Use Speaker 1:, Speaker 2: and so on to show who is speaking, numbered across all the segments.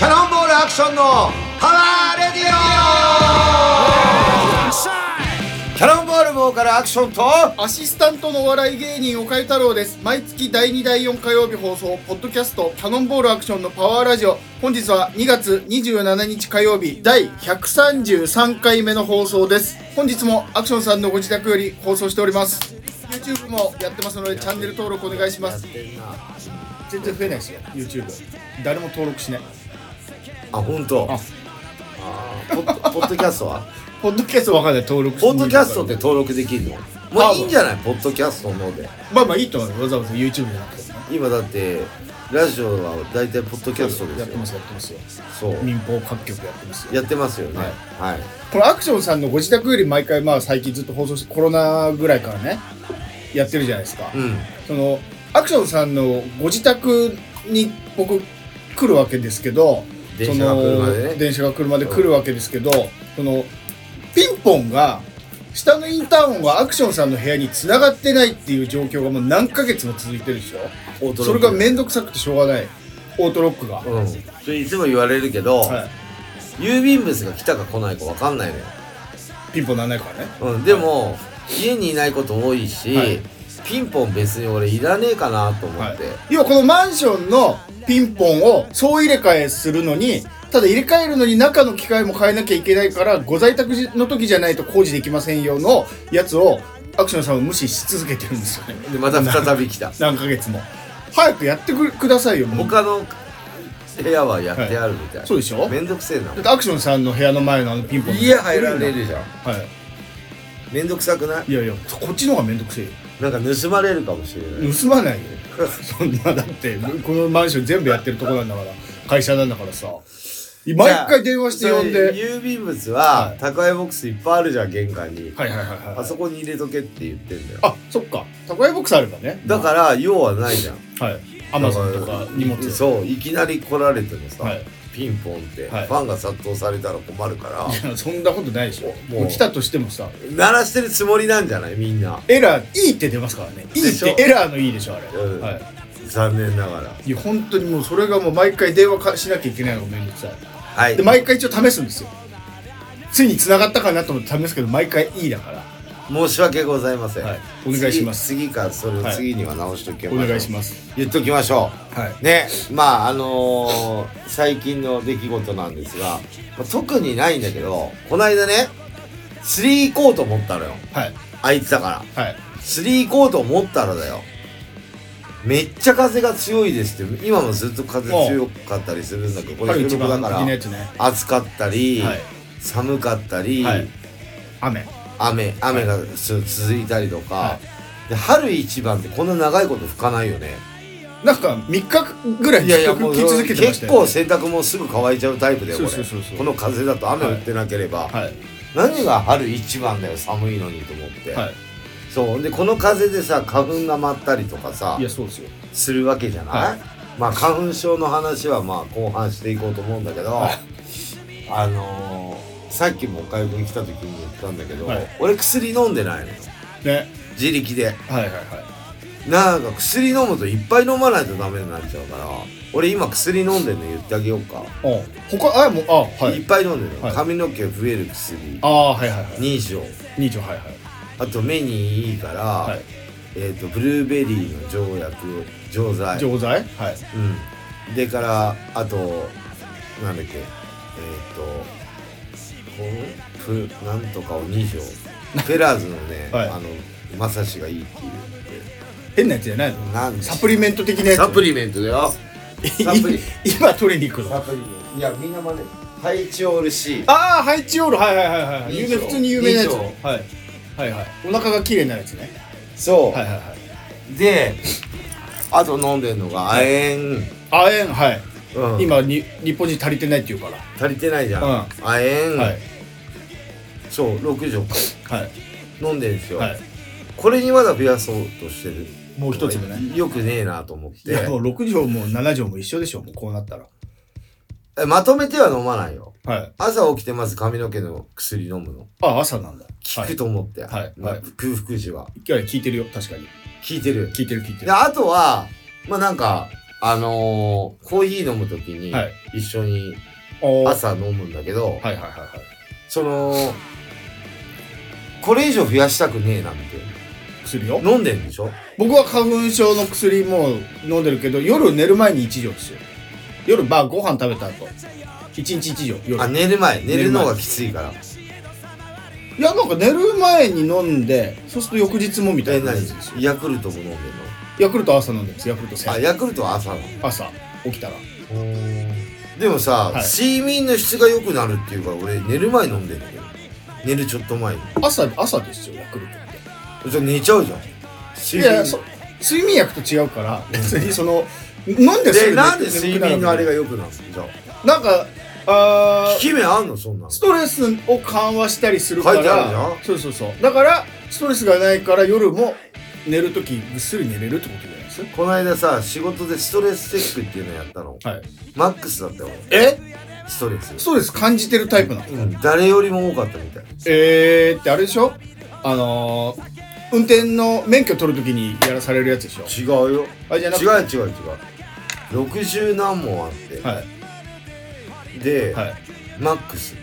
Speaker 1: クションのパワーレディオキャノンボール棒からアクションと
Speaker 2: アシスタントのお笑い芸人岡井太郎です毎月第2第4火曜日放送ポッドキャストキャノンボールアクションのパワーラジオ本日は2月27日火曜日第133回目の放送です本日もアクションさんのご自宅より放送しております YouTube もやってますのでチャンネル登録お願いします全然増えないし YouTube 誰も登録しない
Speaker 1: あ本当。
Speaker 2: あ
Speaker 1: あーポッドポッドキャスト は
Speaker 2: ポッドキャストわかんない登録
Speaker 1: ポッドキャストって登録できるのもういいんじゃないポッドキャストので
Speaker 2: まあまあいいと思うよわざわざ YouTube じゃなくて
Speaker 1: 今だってラジオは大体ポッドキャストで
Speaker 2: やっ
Speaker 1: す
Speaker 2: て
Speaker 1: よ
Speaker 2: ますやってますよ
Speaker 1: そう
Speaker 2: 民放各局やってますよ
Speaker 1: やってますよねはい
Speaker 2: このアクションさんのご自宅より毎回まあ最近ずっと放送してコロナぐらいからねやってるじゃないですか、
Speaker 1: うん
Speaker 2: そのアクションさんのご自宅に僕来るわけですけど
Speaker 1: 電車が来るまでね
Speaker 2: その電車が車で来るわけですけど、そのピンポンが下のインターホンがアクションさんの部屋に繋がってないっていう状況がもう何ヶ月も続いてるでし
Speaker 1: オー
Speaker 2: ょ
Speaker 1: トロック
Speaker 2: それが面倒くさくてしょうがないオートロックが、
Speaker 1: うんそれいつも言われるけど、
Speaker 2: はい、
Speaker 1: 郵便物が来たか来ないか分かんないのよ、
Speaker 2: ピンポンなんないからね
Speaker 1: うん、でも家にいないこと多いし、
Speaker 2: はい
Speaker 1: ピンポン別に俺いらねえかなと思
Speaker 2: は
Speaker 1: っ
Speaker 2: い
Speaker 1: て、、
Speaker 2: 要はこのマンションのピンポンを総入れ替えするのにただ入れ替えるのに中の機械も変えなきゃいけないからご在宅の時じゃないと工事できませんよのやつをアクションさんは無視し続けてるんですよね
Speaker 1: でまた再び来た
Speaker 2: 何ヶ月も早くやってくくださいよもう
Speaker 1: 他の部屋はやってあるみたいな、
Speaker 2: そうでしょ
Speaker 1: めんどくせえな
Speaker 2: だってアクションさんの部屋の前のあのピンポン
Speaker 1: 家入られるじゃん
Speaker 2: はい
Speaker 1: めんどくさくない
Speaker 2: いやいやこっちの方がめんどくせえよ
Speaker 1: なんか盗まれるかもしれない、
Speaker 2: 盗まないよ そんなだってこのマンション全部やってるとこなんだから会社なんだからさ毎回電話して呼んで
Speaker 1: それ郵便物
Speaker 2: は
Speaker 1: はい宅配ボックスいっぱいあるじゃん玄関に、
Speaker 2: はいはいはいはい
Speaker 1: あそこに入れとけって言ってんだよ
Speaker 2: あそっか宅配ボックスあればね
Speaker 1: だから用はないじゃん
Speaker 2: らはいアマゾンとか荷物う
Speaker 1: そういきなり来られてもさ、
Speaker 2: はい
Speaker 1: ピンポンって、
Speaker 2: はい
Speaker 1: ファンが殺到されたら困るから
Speaker 2: いやそんなことないでしょ
Speaker 1: もう
Speaker 2: もう来たとしてもさ
Speaker 1: 鳴らしてるつもりなんじゃないみんな
Speaker 2: エラーいいって出ますからねいい
Speaker 1: で
Speaker 2: っ
Speaker 1: しょ
Speaker 2: てエラーのいいでしょあれ、
Speaker 1: うん
Speaker 2: はい
Speaker 1: 残念ながら
Speaker 2: いや本当にもうそれがもう毎回電話かしなきゃいけないのがめんどくさい
Speaker 1: はい
Speaker 2: で毎回一応試すんですよついに繋がったかなと思って試すけど毎回いいだから
Speaker 1: 申し訳ございません、
Speaker 2: はいお願いします
Speaker 1: 次次からそれを
Speaker 2: はい
Speaker 1: 次には直しておきま
Speaker 2: お
Speaker 1: しょう、
Speaker 2: 願いします
Speaker 1: 言っときましょ
Speaker 2: はいう
Speaker 1: ねまああのー最近の出来事なんですが、まあ特にないんだけどこの間ね釣り行こうと思ったのよ
Speaker 2: はい
Speaker 1: あいつだから
Speaker 2: はい
Speaker 1: 釣り行こうと思ったらだよめっちゃ風が強いですって今もずっと風強かったりするんだけどこれ
Speaker 2: 春
Speaker 1: 収
Speaker 2: 一
Speaker 1: 録
Speaker 2: 番
Speaker 1: だ
Speaker 2: の
Speaker 1: か
Speaker 2: 時のや
Speaker 1: ら
Speaker 2: つね
Speaker 1: 暑かったり、
Speaker 2: はい
Speaker 1: 寒かったり、
Speaker 2: はい雨
Speaker 1: 雨雨がす続いたりとか、
Speaker 2: は
Speaker 1: で春一番ってこんな長いこと吹かないよね
Speaker 2: なんか3日ぐらいずっと吹き続けてまし
Speaker 1: 結
Speaker 2: たよ、ね、
Speaker 1: 構洗濯もすぐ乾いちゃうタイプだよこれ
Speaker 2: そうそうそうそう
Speaker 1: この風だと雨降ってなければ、
Speaker 2: はい
Speaker 1: 何が春一番だよ寒いのにと思って、
Speaker 2: はい
Speaker 1: そうでこの風でさ花粉が舞ったりとかさ
Speaker 2: いやそうですよ
Speaker 1: するわけじゃない、
Speaker 2: はい
Speaker 1: まあ花粉症の話はまあ後半していこうと思うんだけど、
Speaker 2: はい
Speaker 1: あのーさっきもお買い物来た時に言ったんだけど、
Speaker 2: はい
Speaker 1: 俺薬飲んでないのよ
Speaker 2: ね
Speaker 1: 自力で
Speaker 2: はいはいはい
Speaker 1: なんか薬飲むといっぱい飲まないとダメになっちゃうから俺今薬飲んでるの言ってあげようか、、
Speaker 2: お他あもうあはいい
Speaker 1: っぱい飲んでるの、
Speaker 2: はい
Speaker 1: 髪の毛増える薬
Speaker 2: ああはいはいはい
Speaker 1: 2錠
Speaker 2: 二条はいはい
Speaker 1: あと目にいいから、
Speaker 2: はい
Speaker 1: えっ、とブルーベリーの錠薬錠剤
Speaker 2: 錠剤はい
Speaker 1: うん、でからあとなんだっけえっ、とこうプなんとかを2錠 フェラーズのね、
Speaker 2: はい
Speaker 1: あのまさしがいいっていう
Speaker 2: 変なやつじゃないの
Speaker 1: なん
Speaker 2: サプリメント的なやつ
Speaker 1: サプリメントだよサプリ
Speaker 2: 今取りに行くの
Speaker 1: サプリメントいやみんなまね体調嬉しい
Speaker 2: ああハイチオールはいはいはいはい有名
Speaker 1: 二条
Speaker 2: 普通に有名なやつ
Speaker 1: 二条
Speaker 2: はいはいはいお腹が綺麗なやつね
Speaker 1: そう、
Speaker 2: はいはいはい
Speaker 1: であと飲んでんのが亜鉛、
Speaker 2: 亜鉛はい
Speaker 1: うん
Speaker 2: 今に日本人足りてないっていうから
Speaker 1: 足りてないじゃん
Speaker 2: うん
Speaker 1: 亜鉛、
Speaker 2: はい
Speaker 1: そう6錠か
Speaker 2: はい
Speaker 1: 飲んでんですよ、
Speaker 2: はい
Speaker 1: これにまだ増やそうとしてる
Speaker 2: もう一つのね
Speaker 1: よくねえなと思っ
Speaker 2: い
Speaker 1: て
Speaker 2: やもう6錠も7錠も一緒でしょもうこうなったら
Speaker 1: えまとめては飲まないよ
Speaker 2: はい
Speaker 1: 朝起きてまず髪の毛の薬飲むの
Speaker 2: あ朝なんだ
Speaker 1: 効
Speaker 2: は
Speaker 1: く
Speaker 2: い
Speaker 1: と思って、
Speaker 2: はい
Speaker 1: まあ
Speaker 2: はい
Speaker 1: 空腹時は
Speaker 2: 今日聞いてるよ確かに
Speaker 1: 効いてる
Speaker 2: 聞いてる聞いて
Speaker 1: で
Speaker 2: る
Speaker 1: あとはまあなんかあのーコーヒー飲むときに
Speaker 2: はい
Speaker 1: 一緒に
Speaker 2: おー
Speaker 1: 朝飲むんだけど、
Speaker 2: はいはいはいはい
Speaker 1: その、これ以上増やしたくねえな、みたい
Speaker 2: 薬を
Speaker 1: な。飲んでんでしょ
Speaker 2: 僕は花粉症の薬も飲んでるけど夜寝る前に1錠ですよ夜ばご飯食べた後1日1錠夜
Speaker 1: あ、寝る前。寝るのがきついから。
Speaker 2: いやなんか寝る前に飲んでそうすると翌日もみた
Speaker 1: え、
Speaker 2: いな感じですよ
Speaker 1: 何ヤクルトも飲んでんの
Speaker 2: ヤクルト朝飲んでますヤクルト
Speaker 1: あ、
Speaker 2: 1000
Speaker 1: ヤクルトは朝なの
Speaker 2: 朝起きたら
Speaker 1: でもさ、
Speaker 2: はい
Speaker 1: 睡眠の質が良くなるっていうから俺寝る前飲んでんだけど寝るちょっと前に
Speaker 2: 朝朝ですよヤクルトって
Speaker 1: じゃ寝ちゃうじゃん
Speaker 2: い
Speaker 1: 睡
Speaker 2: やそ睡眠薬と違うから別にその飲んです
Speaker 1: で
Speaker 2: ぐ
Speaker 1: なんで睡眠のあれが
Speaker 2: が
Speaker 1: 良くなるのじゃあ
Speaker 2: なんか
Speaker 1: 効
Speaker 2: あー
Speaker 1: き目あんのそんなの
Speaker 2: ストレスを緩和したりするから
Speaker 1: 書いてあるじゃん
Speaker 2: そうそうそうだからストレスがないから夜も寝るときぐっすり寝れるってことじゃないです
Speaker 1: この間さ仕事でストレスチェックっていうのやったの
Speaker 2: はい
Speaker 1: マックスだったよ
Speaker 2: え
Speaker 1: 俺ストレス
Speaker 2: ストレス感じてるタイプなの
Speaker 1: うん誰よりも多かったみたい
Speaker 2: えーってあれでしょあのー、運転の免許取るときにやらされるやつでしょ
Speaker 1: 違うよ違う
Speaker 2: あれじゃなくて
Speaker 1: 違う違う60何問あって、
Speaker 2: はい
Speaker 1: で、
Speaker 2: はい
Speaker 1: マックス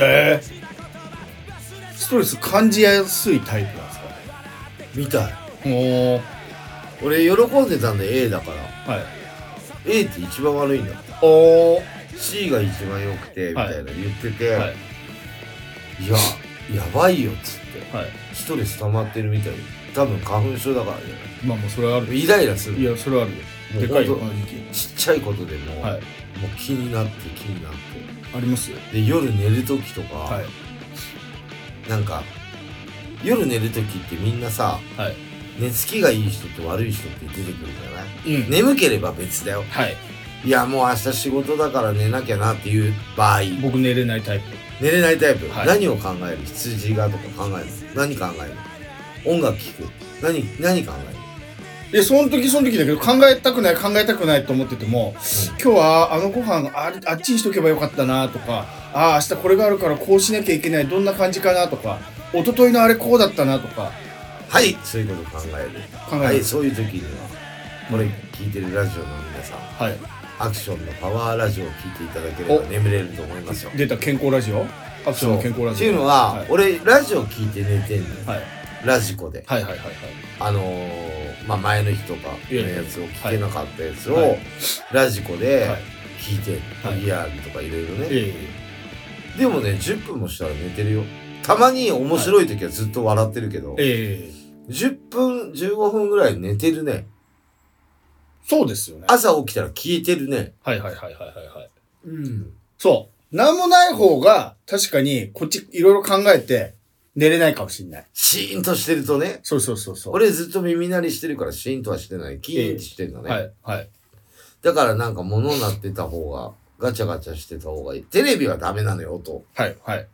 Speaker 2: えー、ストレス感じやすいタイプなんですか
Speaker 1: みたい
Speaker 2: おお
Speaker 1: 俺喜んでたんで A だから
Speaker 2: はい
Speaker 1: A って一番悪いんだ
Speaker 2: おお
Speaker 1: C が一番良くてみたいな言ってて、
Speaker 2: はい
Speaker 1: い、ややばいよっつって
Speaker 2: はい
Speaker 1: ストレス溜まってるみたい多分花粉症だからじゃ
Speaker 2: まあもうそれはあ
Speaker 1: な
Speaker 2: る
Speaker 1: いイライラする
Speaker 2: いやそれはあるよ
Speaker 1: もう
Speaker 2: でかいよ
Speaker 1: ほ
Speaker 2: こ
Speaker 1: ん
Speaker 2: の
Speaker 1: と
Speaker 2: 時期
Speaker 1: ちっちゃいことでも,、
Speaker 2: はい
Speaker 1: もう気になって気になっ
Speaker 2: ありますよ
Speaker 1: てで夜寝る時とか、
Speaker 2: はい
Speaker 1: なんか夜寝る時ってみんなさ
Speaker 2: はい
Speaker 1: 寝つきがいい人と悪い人って出てくるじゃない
Speaker 2: うん
Speaker 1: 眠ければ別だよ
Speaker 2: はい
Speaker 1: いやもう明日仕事だから寝なきゃなっていう場合
Speaker 2: 僕寝れないタイプ
Speaker 1: 寝れないタイプ、
Speaker 2: はい
Speaker 1: 何を考える羊がとか考える何考える音楽聴く何何考える
Speaker 2: いやその時その時だけど考えたくない考えたくないと思ってても、今日はあのご飯あれあっちにしとけばよかったなとかああ明日これがあるからこうしなきゃいけないどんな感じかなとか一昨日のあれこうだったなとか
Speaker 1: はいそういうこと考える
Speaker 2: 考え
Speaker 1: は
Speaker 2: る
Speaker 1: いそういう時にはこれ聞いてるラジオの皆さん
Speaker 2: はい、
Speaker 1: アクションのパワーラジオを聞いていただければ
Speaker 2: お
Speaker 1: 眠れると思いますよ
Speaker 2: 出た健康ラジオアクションの健康ラジオ
Speaker 1: っていうのは、
Speaker 2: はい
Speaker 1: 俺ラジオ聞いて寝てんのよ、
Speaker 2: はい
Speaker 1: ラジコで
Speaker 2: はいはいはいはい
Speaker 1: あのーまあ前の日とかのやつを聞けなかったやつを、
Speaker 2: はいはい
Speaker 1: ラジコで
Speaker 2: はい
Speaker 1: 聞いてる、
Speaker 2: はい
Speaker 1: リアルとかいろいろね、
Speaker 2: え
Speaker 1: でもね、10分もしたら寝てるよ。たまに面白い時はずっと笑ってるけど、
Speaker 2: えええ
Speaker 1: 10分、15分ぐらい寝てるね。
Speaker 2: そうですよね
Speaker 1: 朝起きたら消えてるね。
Speaker 2: はいはいはいはいはいはい
Speaker 1: うん。
Speaker 2: そうなんもない方が確かにこっちいろいろ考えて寝れないかもしれない
Speaker 1: シーンとしてるとね。
Speaker 2: そうそうそうそう
Speaker 1: 俺ずっと耳鳴りしてるからシーンとはしてない。キーンってしてんだね。
Speaker 2: はいはい
Speaker 1: だからなんか物になってた方が、ガチャガチャしてた方がいい。テレビはダメなのよ、音。
Speaker 2: はいはい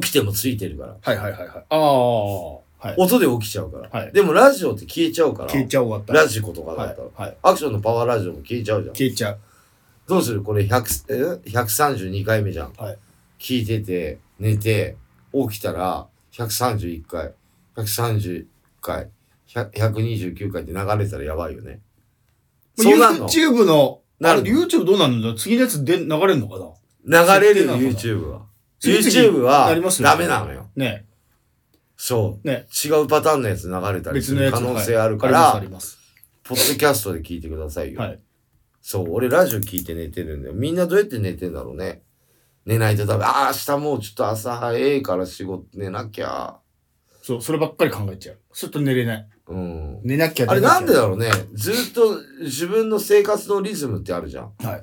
Speaker 1: 起きてもついてるから。
Speaker 2: はいはいはいはい。ああ。はい。
Speaker 1: 音で起きちゃうから。
Speaker 2: はい
Speaker 1: でもラジオって消えちゃうから。
Speaker 2: 消えちゃう終わった。
Speaker 1: ラジコとかだったら。
Speaker 2: はい。はい。
Speaker 1: アクションのパワーラジオも消えちゃうじゃん。
Speaker 2: 消えちゃう。
Speaker 1: どうするこれ100え132回目じゃん。
Speaker 2: はい
Speaker 1: 聞いてて、寝て、起きたら、131回、130回、100 129回って流れてたらやばいよね。そうなの
Speaker 2: YouTube の、
Speaker 1: な
Speaker 2: あ
Speaker 1: る
Speaker 2: れ
Speaker 1: の
Speaker 2: YouTube どうなんだ次のやつで流れるのかな
Speaker 1: 流れるよ
Speaker 2: 設定
Speaker 1: YouTube は。
Speaker 2: 次々
Speaker 1: YouTube は
Speaker 2: なりますよね
Speaker 1: ダメなのよ。
Speaker 2: ね
Speaker 1: そう。
Speaker 2: ね
Speaker 1: 違うパターンのやつ流れたり
Speaker 2: 別
Speaker 1: す
Speaker 2: の
Speaker 1: る
Speaker 2: やつ。
Speaker 1: 可能性あるか
Speaker 2: はい
Speaker 1: ら
Speaker 2: あり、ます、
Speaker 1: ポッドキャストで聞いてください
Speaker 2: あり
Speaker 1: よ。
Speaker 2: ます。はい。
Speaker 1: そう、俺ラジオ聞いて寝てるんだよ。みんなどうやって寝てんだろうね。寝ないとダメ。ああ、明日もうちょっと朝早いから仕事寝なきゃ。
Speaker 2: そう、そればっかり考えちゃう。そうすると寝れない。
Speaker 1: うん。
Speaker 2: 寝なきゃ
Speaker 1: あれなんで
Speaker 2: だ
Speaker 1: だろうね。ずっと自分の生活のリズムってあるじゃん。
Speaker 2: は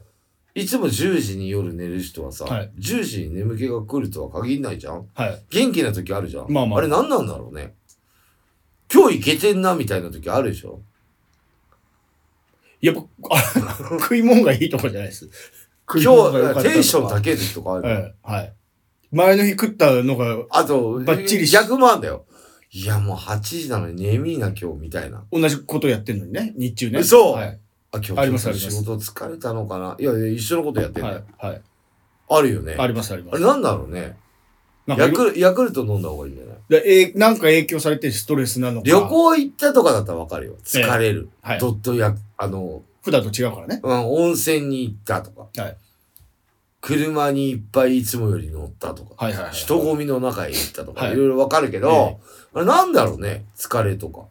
Speaker 2: い。
Speaker 1: いつも10時に夜寝る人はさ、
Speaker 2: はい
Speaker 1: 10時に眠気が来るとは限らないじゃん。
Speaker 2: はい。
Speaker 1: 元気な時あるじゃん。
Speaker 2: まあまあ
Speaker 1: れなんなんだろうね。今日いけてんなみたいな時あるでしょ
Speaker 2: やっぱ、あ 食い物がいいとかじゃないです。食い物
Speaker 1: 今
Speaker 2: が
Speaker 1: 日
Speaker 2: 良かったとか
Speaker 1: テンション高い時とかある。
Speaker 2: はい。はい。前の日食ったのが
Speaker 1: あと、
Speaker 2: バッチリし
Speaker 1: 逆もあんだよ。いやもう8時なのに眠いな今日みたいな。
Speaker 2: 同じことやってんのにね、日中ね。
Speaker 1: そう
Speaker 2: はい。
Speaker 1: あ、今日
Speaker 2: あります
Speaker 1: ちょっと
Speaker 2: ありま
Speaker 1: 仕
Speaker 2: す
Speaker 1: 事疲れたのかないやいや、一緒のことやってんだ
Speaker 2: は
Speaker 1: よ。
Speaker 2: い。はい。
Speaker 1: あるよね。
Speaker 2: ありますありま
Speaker 1: あ
Speaker 2: す
Speaker 1: れ。なんだろうね。
Speaker 2: なんか
Speaker 1: ヤクルヤクルト飲んだ方がいいんじゃない
Speaker 2: だえーなんか影響されてストレスなのか。
Speaker 1: 旅行行ったとかだったらわかるよ。疲れる。
Speaker 2: はい。
Speaker 1: どっとや、あの、
Speaker 2: 普段と違うからね。
Speaker 1: うん、温泉に行ったとか。
Speaker 2: はい
Speaker 1: 車にいっぱいいつもより乗ったとか、
Speaker 3: はいはいはい。
Speaker 1: 人混みの中へ行ったとか、
Speaker 3: はい
Speaker 1: いろいろわかるけど、あれなんだろうね、疲れとか。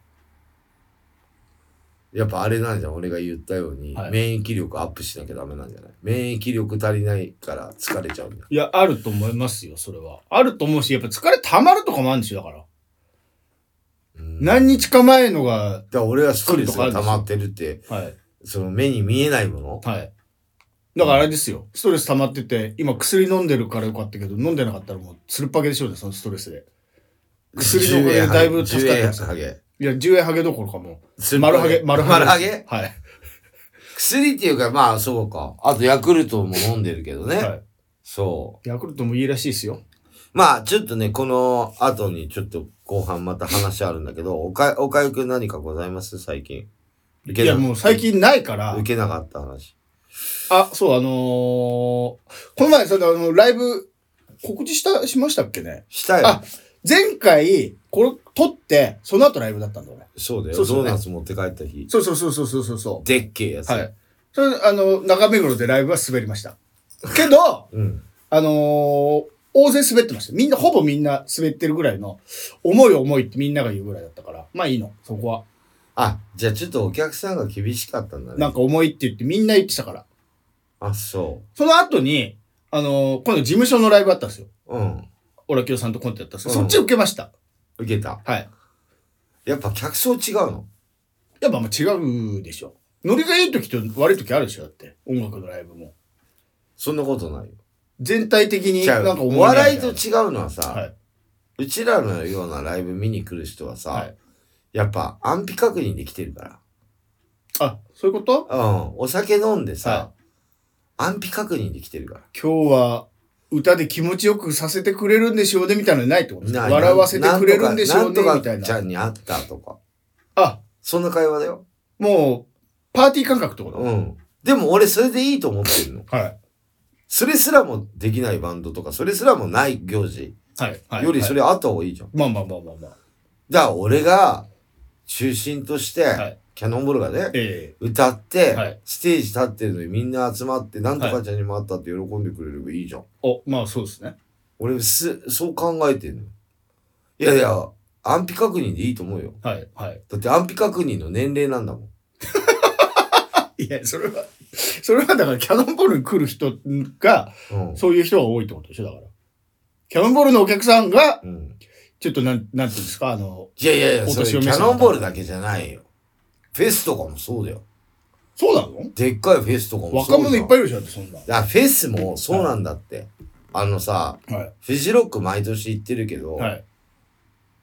Speaker 1: やっぱあれなんじゃん、俺が言ったように、
Speaker 2: はい
Speaker 1: 免疫力アップしなきゃダメなんじゃない免疫力足りないから疲れちゃうんだ。
Speaker 2: いや、あると思いますよ、それは。あると思うし、やっぱ疲れ溜まるとかもあるんですよ、だから。
Speaker 1: うんだか
Speaker 2: 何日か前のが、
Speaker 1: ら俺はストレスが溜まってるって、
Speaker 2: はい。
Speaker 1: その目に見えないもの
Speaker 2: はい。だからあれですよ、ストレス溜まってて、今薬飲んでるからよかったけど、飲んでなかったらもう、つるっぱげでしょうね、そのストレスで。薬のおかげでだいぶ助かってます
Speaker 1: 10円ハゲ。
Speaker 2: いや、10円ハゲどころかも
Speaker 1: 10
Speaker 2: う、
Speaker 1: 円
Speaker 2: 丸ハゲ、丸ハゲ。
Speaker 1: 丸ハゲ
Speaker 2: はい。
Speaker 1: 薬っていうか、まあそうか。あとヤクルトも飲んでるけどね。
Speaker 2: は
Speaker 1: そう。
Speaker 2: い。ヤクルトもいいらしいですよ。
Speaker 1: まあ、ちょっとね、この後にちょっと後半また話あるんだけど、おか、おかゆくん何かございます最近。
Speaker 2: い
Speaker 1: 受けな
Speaker 2: や、もう最近ないから
Speaker 1: 受、けなかった話。
Speaker 2: あ、そう、あのー、この前、その、あの、ライブ、告知した、しましたっけね
Speaker 1: したよ
Speaker 2: あ。前回、これ、撮って、その後ライブだったんだ、俺。
Speaker 1: そうだよ。
Speaker 2: そうそう
Speaker 1: ドーナツ持って帰った日。
Speaker 2: そうそうそうそうそうそうそ
Speaker 1: でっけえやつ。
Speaker 2: う。はい。それ、あの、中目黒でライブは滑りました。けど、
Speaker 1: うん。
Speaker 2: あのー大勢滑ってました。みんな、ほぼみんな滑ってるぐらいの、重い重いってみんなが言うぐらいだったから、まあいいの、そこは。
Speaker 1: あ、じゃあちょっとお客さんが厳しかったんだね。
Speaker 2: なんか重いって言ってみんな言ってたから。
Speaker 1: あ、そ
Speaker 2: その後に、あのー今度事務所のライブあったんですよ。
Speaker 1: う。うん。
Speaker 2: オラキオさんとコントやったんですよ。
Speaker 1: うん
Speaker 2: そっち受けました。
Speaker 1: 受けた。
Speaker 2: はい。
Speaker 1: やっぱ客層違うの
Speaker 2: やっぱまあ違うでしょ。ノリがいい時と悪い時あるでしょ、だって。音楽のライブも。
Speaker 1: そんなことないよ。
Speaker 2: 全体的に
Speaker 1: 違
Speaker 2: なん
Speaker 1: う。
Speaker 2: か思
Speaker 1: お笑いと
Speaker 2: 違
Speaker 1: 違うのはさ、
Speaker 2: はいう
Speaker 1: ちらのようなライブ見に来る人はさ、
Speaker 2: はい
Speaker 1: やっぱ安否確認できてるから。
Speaker 2: あ、そういうこと
Speaker 1: うん、お酒飲んでさ、
Speaker 2: は
Speaker 1: 安否確認できてるから。
Speaker 2: 今日は歌で気持ちよくさせてくれるんでしょうね、みたいなのないってことですか
Speaker 1: な
Speaker 2: 笑わせてくれるんでしょうね、
Speaker 1: なんとか
Speaker 2: みたい
Speaker 1: んとかちゃ
Speaker 2: な。
Speaker 1: んに会ったとか。
Speaker 2: あ、
Speaker 1: そんな会話だよ。
Speaker 2: もう、パーティー感覚ってこと、
Speaker 1: うん。でも俺それでいいと思ってるの。
Speaker 2: はい。
Speaker 1: それすらもできないバンドとか、それすらもない行事
Speaker 2: はい。はい。
Speaker 1: よりそ
Speaker 2: れ、
Speaker 1: れあった方がいいじゃん。
Speaker 2: まあまあまあまあまあ。
Speaker 1: だから俺が中心として、
Speaker 2: はい
Speaker 1: キャノンボールがね、
Speaker 2: え
Speaker 1: 歌って、
Speaker 2: はい
Speaker 1: ステージ立ってるのにみんな集まって、なんとかちゃんにも会ったって喜んでくれればいいじゃん。
Speaker 2: えお、まあそうですね。
Speaker 1: 俺す、そう考えてんの。いやいや、安否確認でいいと思うよ。
Speaker 2: はい。はい。
Speaker 1: だって安否確認の年齢なんだもん。
Speaker 2: いや、それは、それはだからキャノンボールに来る人が、
Speaker 1: うん。
Speaker 2: そういう人が多いってことでしょ、だから。キャノンボールのお客さんが、
Speaker 1: うん、
Speaker 2: ちょっとなん、なんていうんですか、あの、
Speaker 1: いやいやいや、
Speaker 2: お
Speaker 1: それ
Speaker 2: 年
Speaker 1: キ
Speaker 2: を召さ
Speaker 1: ャ
Speaker 2: れた
Speaker 1: ノンボールだけじゃないよ。フェスとかもそうだよ。
Speaker 2: そうなの
Speaker 1: でっかいフェスとかもそ
Speaker 2: 若
Speaker 1: う
Speaker 2: 者いっ
Speaker 1: い
Speaker 2: ぱいいるでしょ、だってそんな。
Speaker 1: だからフェスもそうなんだって。あのさ、
Speaker 2: はい。
Speaker 1: フジロック毎年行ってるけど、
Speaker 2: はい。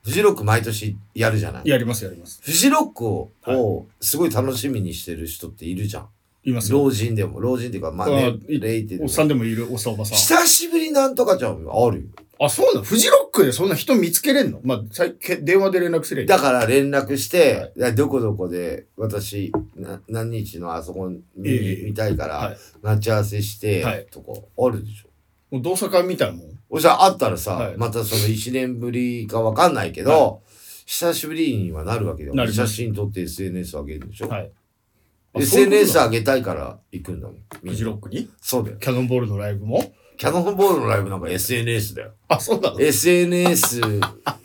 Speaker 1: フジロック毎年やるじゃない
Speaker 2: やります、やります。
Speaker 1: フジロックを,、
Speaker 2: はい
Speaker 1: をすごい楽しみにしてる人っているじゃん。
Speaker 2: いますよ。
Speaker 1: 老人でも、老人っていうか、まあ、ね
Speaker 2: あ、い
Speaker 1: レイテ
Speaker 2: おっ
Speaker 1: ル。
Speaker 2: さんでもいる、おっさんおばさん。
Speaker 1: 久しぶりなんとかちゃんもあるよ。
Speaker 2: あ、そうなのフジロックでそんな人見つけれんのまあ、最け電話で連絡すればい
Speaker 1: だ
Speaker 2: い。
Speaker 1: から連絡して、
Speaker 2: はい
Speaker 1: いやどこどこで私な何日のあそこに
Speaker 2: ええええ
Speaker 1: 見たいから、
Speaker 2: はい
Speaker 1: 待ち合わせして、
Speaker 2: はい
Speaker 1: とかあるでしょ。
Speaker 2: もう同窓会みたいなもん。
Speaker 1: おじゃあったらさ、
Speaker 2: はい
Speaker 1: またその1年ぶりかわかんないけど、久しぶりにはなるわけだ
Speaker 2: な
Speaker 1: よ。
Speaker 2: りま
Speaker 1: 写
Speaker 2: す
Speaker 1: 真撮って SNS 上げるでしょ。
Speaker 2: はい。あそういうことなの
Speaker 1: SNS 上げたいから行くんだもん。み
Speaker 2: フ
Speaker 1: ん
Speaker 2: ジ
Speaker 1: な
Speaker 2: ロックに
Speaker 1: そうだよ。
Speaker 2: キャノンボールのライブも
Speaker 1: キャノンボールのライブなんか SNS だよ。
Speaker 2: あ、そうなの
Speaker 1: SNS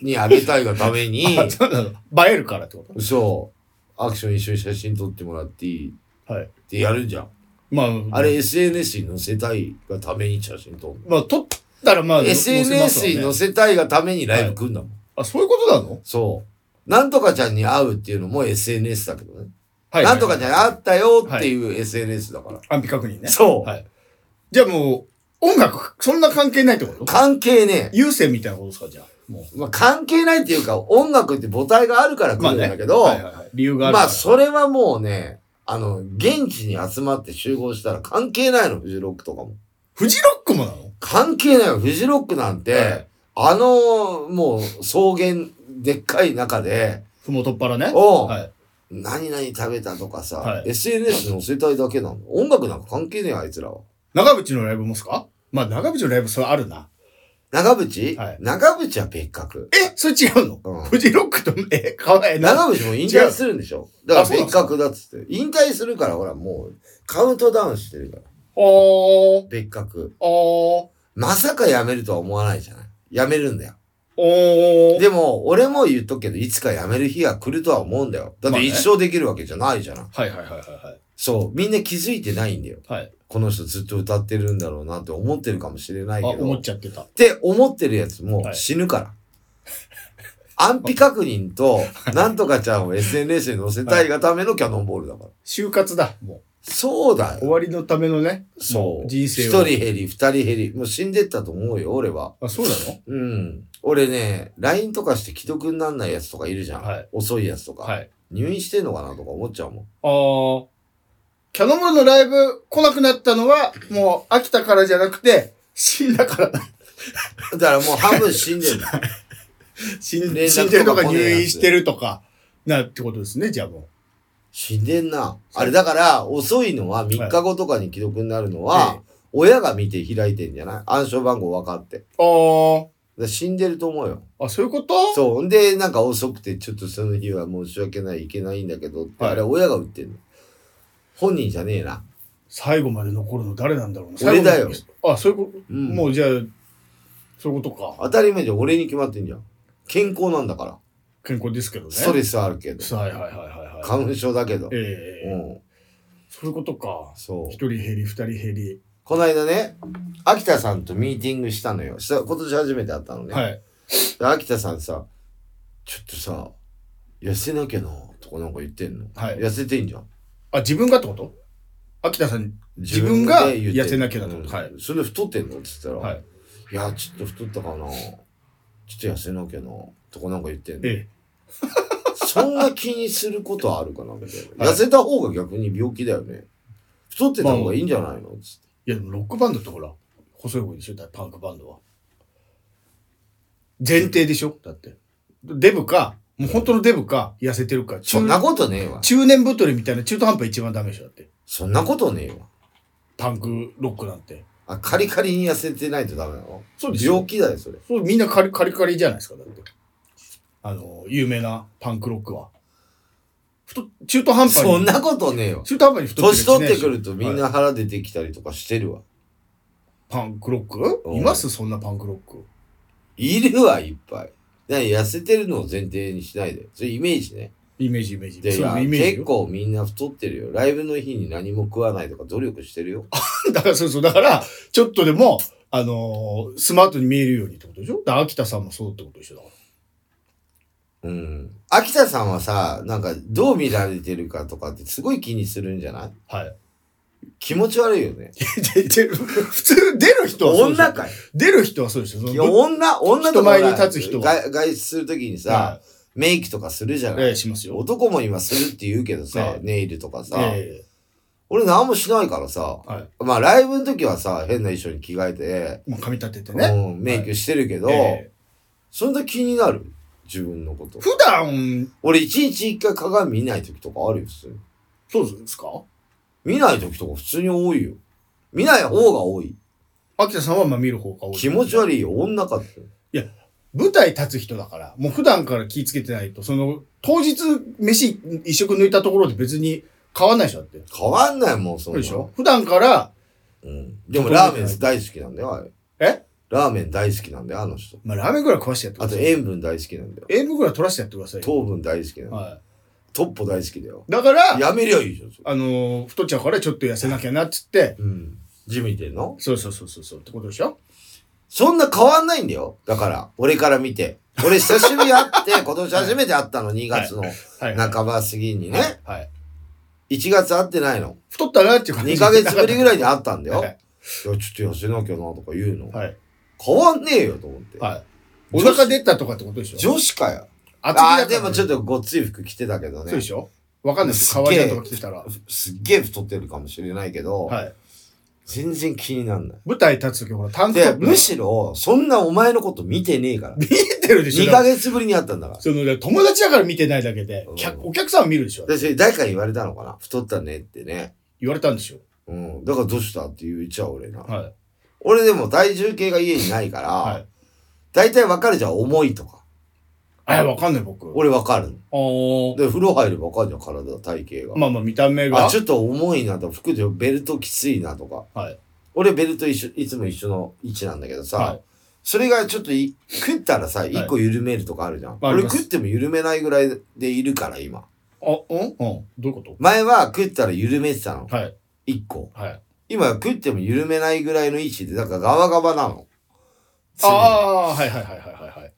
Speaker 1: に上げたいがために、
Speaker 2: あ、そうなの映えるからってこ
Speaker 1: そう、アクション一緒に写真撮ってもらっていい
Speaker 2: とはい。
Speaker 1: ってやるじゃん。
Speaker 2: まあ、
Speaker 1: あれ SNS に載せたいがために写真撮るの。
Speaker 2: まあ、撮ったらまあ、
Speaker 1: SNS に
Speaker 2: 載せま
Speaker 1: 載
Speaker 2: すわね
Speaker 1: せたいがためにライブ来んだもん。
Speaker 2: あ、そういうことなの
Speaker 1: そう。なんとかちゃんに会うっていうのも SNS だけどね。
Speaker 2: は
Speaker 1: なんとかちゃんに会ったよっていう SNS だから。
Speaker 2: 安否確認ね。
Speaker 1: そう、
Speaker 2: はい。じゃあもう、音楽、そんな関係ないってこと
Speaker 1: 関係ねえ。
Speaker 2: 優先みたいなことですか、じゃあ。もう。
Speaker 1: まあ、関係ないっていうか、音楽って母体があるから来るんだけど、
Speaker 2: はいはいはい理由があるか
Speaker 1: ま
Speaker 2: ら。
Speaker 1: あ、それはもうね、あの、現地に集まって集合したら関係ないの、フジロックとかも。
Speaker 2: フジロックもなの
Speaker 1: 関係ないよ、フジロックなんて、
Speaker 2: はい
Speaker 1: あの、もう、草原、でっかい中で、
Speaker 2: ふもとっぱらね。
Speaker 1: おう、
Speaker 2: はい。
Speaker 1: 何々食べたとかさ、
Speaker 2: はい
Speaker 1: SNS 載せたいだけなの。音楽なんか関係ねえよ、あいつらは。
Speaker 2: 長渕のライブもっすかまあ、長渕のライブ、それあるな。
Speaker 1: 長渕、
Speaker 2: はい
Speaker 1: 長渕は別格。
Speaker 2: えそれ違うの、
Speaker 1: うん
Speaker 2: フジロックと、え、かわいいな。
Speaker 1: 長渕も引退するんでしょだから
Speaker 2: あそうなんで
Speaker 1: 別
Speaker 2: すか
Speaker 1: 格だっつって。引退するから、ほら、もう、カウントダウンしてるから。
Speaker 3: あー、
Speaker 1: 別格。
Speaker 3: あー、
Speaker 1: まさか辞めるとは思わないじゃない。辞めるんだよ。
Speaker 3: おー。
Speaker 1: でも、俺も言っとくけど、いつか辞める日が来るとは思うんだよ。だっ
Speaker 2: まあ
Speaker 1: て
Speaker 2: ね
Speaker 1: 一生できるわけじゃないじゃない。
Speaker 2: はいはいはいは
Speaker 1: そう。みんな気づいてないんだよ。
Speaker 2: いはい。はい。
Speaker 1: この人ずっと歌ってるんだろうなって思ってるかもしれない
Speaker 2: あ、
Speaker 1: けど。
Speaker 2: 思っ
Speaker 1: っ
Speaker 2: ちゃってた。
Speaker 1: て思ってるやつも
Speaker 2: はい
Speaker 1: 死ぬから。安否確認と、なんとかちゃんを SNS に載せたいがためのキャノンボールだから。
Speaker 2: 就活だ。も
Speaker 1: そうだ
Speaker 2: う。終
Speaker 1: よ。
Speaker 2: わりのためのね。
Speaker 1: そう。
Speaker 2: 人生
Speaker 1: 一
Speaker 2: を
Speaker 1: 人減り、二人減り。もう死んでったと思うよ、俺は。
Speaker 2: あ、そうな
Speaker 1: うん。俺ね、LINE とかして既読になんないやつとかいるじゃん。
Speaker 2: はい
Speaker 1: 遅いやつとか。
Speaker 2: のはい。
Speaker 1: 入院してんのかなとか思っちゃうもん。
Speaker 2: あー、
Speaker 3: キャノンボールのライブ来なくなったのは、もう秋田からじゃなくて、死んだからだ。
Speaker 1: だからもう半分死んでる。
Speaker 2: 死ん
Speaker 1: 連絡とか
Speaker 2: 死んでるとか
Speaker 1: 来ねえやつ
Speaker 2: 入院してるとか、なってことですね、じゃあも
Speaker 1: 死んでんな。あれだから、遅いのは3日後とかに既読になるのは、
Speaker 2: はい
Speaker 1: 親が見て開いてんじゃない暗証番号分かって。だか
Speaker 2: う。あ
Speaker 1: ら死んでると思うよ。
Speaker 2: ー、あ、そういうこと
Speaker 1: そう。んで、なんか遅くて、ちょっとその日は申し訳ない、いけないんだけどって、
Speaker 2: はい
Speaker 1: あれ親が売ってんの。本人じゃねえな。
Speaker 2: 最後まで残るの誰なんだろうな。
Speaker 1: 俺だよ
Speaker 2: 最後まで。あ、そういうこ
Speaker 1: う
Speaker 2: と、
Speaker 1: ん。
Speaker 2: もうじゃあ、そういうことか。
Speaker 1: 当たり前じゃん俺に決まってんじゃん。健康なんだから。
Speaker 2: 健康ですけどね。
Speaker 1: ストレスはあるけど。
Speaker 2: はいはいはいはいはい。
Speaker 1: 花粉症だけど。
Speaker 2: ええ
Speaker 1: うん。
Speaker 2: そういうことか。
Speaker 1: そう
Speaker 2: 一。人減り、二人減り。
Speaker 1: この間ね、秋田さんとミーティングしたのよ。した今年初めて会ったのね。
Speaker 2: はい。
Speaker 1: で秋田さんさ、ちょっとさ、痩せなきゃなとかなんか言ってんの。
Speaker 2: はい
Speaker 1: 痩せてんじゃん。
Speaker 2: あ、自分がってこと秋田さんに。自分が痩せなきゃだとはい
Speaker 1: それで太ってんのって言ったら、、
Speaker 2: はいい。
Speaker 1: や、ちょっと太ったかなちょっと痩せなきゃなとかなんか言ってんの。
Speaker 2: え
Speaker 1: そんな気にすることあるかなみたいな。
Speaker 2: はい
Speaker 1: 痩せた方が逆に病気だよね。太ってた方がいいんじゃないのつって。
Speaker 2: え。いや、でもロックバンドってほら、細い方でしょだってパンクバンドは。前提でしょだって。デブか、もう本当のデブか、痩せてるか。
Speaker 1: そんなことねえわ。
Speaker 2: 中年太りみたいな中途半端一番ダメでしょだって。
Speaker 1: そんなことねえわ。
Speaker 2: パンクロックなんて。
Speaker 1: あ、カリカリに痩せてないとダメなの
Speaker 2: そうですよ
Speaker 1: 病気だよ、それ。
Speaker 2: そうみんなカリカリカリじゃないですか、だって。あの、有名なパンクロックは。太中途半端に。
Speaker 1: そんなことねえわ。
Speaker 2: 中途半端に太って
Speaker 1: 年取ってくるとみん
Speaker 2: はい
Speaker 1: な腹出てきたりとかしてるわ。
Speaker 2: パンクロック
Speaker 1: うん
Speaker 2: いますそんなパンクロック。
Speaker 1: い、るわ、いっぱい。なに痩せてるのを前提にしないで。それイメージね。
Speaker 2: イメージイメージ。
Speaker 1: で、
Speaker 2: そういうイメージ
Speaker 1: 結
Speaker 2: よ。
Speaker 1: 構みんな太ってるよ。ライブの日に何も食わないとか努力してるよ。
Speaker 2: だからそうそう。だから、ちょっとでも、あのースマートに見えるようにってことでしょだから秋田さんもそうってことでしょだか
Speaker 1: うん。秋田さんはさ、なんかどう見られてるかとかってすごい気にするんじゃない
Speaker 2: ら。はい。
Speaker 1: 気持ち悪いよね。
Speaker 2: でで普通、出る人はそうでしょ
Speaker 1: 女かい。
Speaker 2: 出る人はそうでしょその
Speaker 1: いや、女、女と
Speaker 2: 人
Speaker 1: か
Speaker 2: 前に立つ人は
Speaker 1: 外外出するときにさ、
Speaker 2: は
Speaker 1: メイクとかするじゃ
Speaker 2: い
Speaker 1: ない、
Speaker 2: ええしますよ。
Speaker 1: 男も今するって言うけどさ、
Speaker 2: はい
Speaker 1: ネイルとかさ、
Speaker 2: え
Speaker 1: 俺何もしないからさ、
Speaker 2: えはい。
Speaker 1: まあライブの時はさ、変な衣装に着替えて、
Speaker 2: まあ、髪立ててね。
Speaker 1: うん、メイクしてるけど、
Speaker 2: ええ
Speaker 1: そんな気になる自分のこと。
Speaker 2: 普段、
Speaker 1: 俺一日一回鏡見ない時とかあるよ、普通に。
Speaker 2: そうですか
Speaker 1: 見ない時とか普通に多いよ。見ない方が多い。
Speaker 2: 秋田さんはまあ見る方が多い。
Speaker 1: 気持ち悪いよ、女かって。
Speaker 2: 舞台立つ人だから、もう普段から気ぃつけてないと、その、当日飯一食抜いたところで別に変わんないでしょだって。
Speaker 1: 変わんないもん、そ
Speaker 2: そ
Speaker 1: ん
Speaker 2: う
Speaker 1: な
Speaker 2: でしょ普段から、
Speaker 1: うん。でもラーメン大好きなんだよ、あれ。
Speaker 2: え
Speaker 1: ラーメン大好きなんだよ、あの人。
Speaker 2: まあラーメンぐらい食わしてやってく
Speaker 1: あ
Speaker 2: だ
Speaker 1: と
Speaker 2: さい。
Speaker 1: 塩分大好きなんだよ。
Speaker 2: 塩分ぐらい取らせてやってくださいよ。
Speaker 1: 糖分大好きなんだよ。
Speaker 2: は
Speaker 1: トッポ大好きだよ。
Speaker 2: い。だから、
Speaker 1: やめりゃいいじゃん、それ
Speaker 2: あのー、太っちゃうからちょっと痩せなきゃなっつって、
Speaker 1: うん。ジム行ってんの
Speaker 2: そうそうそうそうそうってことでしょ
Speaker 1: そんな変わんないんだよ。だから、俺から見て。俺久しぶり会 って、今年初めて会ったの、2月の
Speaker 2: はい。
Speaker 1: 半ば過ぎにね。
Speaker 2: はい。
Speaker 1: 1月会ってないの。
Speaker 2: 太ったなっていう感じ。
Speaker 1: 2ヶ月ぶりぐらい
Speaker 2: で。
Speaker 1: で会ったんだよ。い
Speaker 2: は
Speaker 1: や、
Speaker 2: い。
Speaker 1: ちょっと痩せなきゃなとか言うの。
Speaker 2: はい。
Speaker 1: 変わんねえよと思って。
Speaker 2: はい。お腹出たとかってことでしょ
Speaker 1: 女子かよ。
Speaker 2: 厚
Speaker 1: ああ、でもちょっ
Speaker 2: と。
Speaker 1: とごっつい服着てたけど
Speaker 2: そうで
Speaker 1: ね。
Speaker 2: しょわかんないです。可愛いなとか着てたら。
Speaker 1: すっげえ太ってるかもしれないけど、
Speaker 2: はい。
Speaker 1: 全然気になんない。
Speaker 2: 舞台立つときほら、タンクト
Speaker 1: で、
Speaker 2: ップ。
Speaker 1: むしろ、そんなお前のこと見てねえから。
Speaker 2: 見てるでしょ
Speaker 1: 2ヶ月ぶりに会ったんだから。
Speaker 2: その、友達だから見てないだけで
Speaker 1: うん、
Speaker 2: 客お客さんは見るでしょ
Speaker 1: で、それ誰かに言われたのかな太ったねってね。
Speaker 2: 言われたんでしょ
Speaker 1: うん。だからどうしたって言っちゃう俺な。
Speaker 2: は
Speaker 1: 俺でも体重計が家にないから、
Speaker 2: い。はい。
Speaker 1: 大体わかるじゃん、重いとか。
Speaker 2: え、わかんない僕。
Speaker 1: 俺わかる。
Speaker 2: あー
Speaker 1: で、風呂入ればわかるじゃん、体、体型が。
Speaker 2: まあまあ見た目が。
Speaker 1: あ、ちょっと重いなと、服でベルトきついなとか。
Speaker 2: はい
Speaker 1: 俺ベルト一緒、いつも一緒の位置なんだけどさ、
Speaker 2: はい
Speaker 1: それがちょっとい食ったらさ、
Speaker 2: い
Speaker 1: 一個緩めるとかあるじゃん。
Speaker 2: あり
Speaker 1: 俺
Speaker 2: ます
Speaker 1: 食っても緩めないぐらいでいるから、今。
Speaker 2: あ、うんうん。どういうこと
Speaker 1: 前は食ったら緩めてたの。
Speaker 2: はい。
Speaker 1: 一個。
Speaker 2: はい。
Speaker 1: 今は食っても緩めないぐらいの位置で、だからガバガバなの。
Speaker 2: ああ、はいはいはいはいはい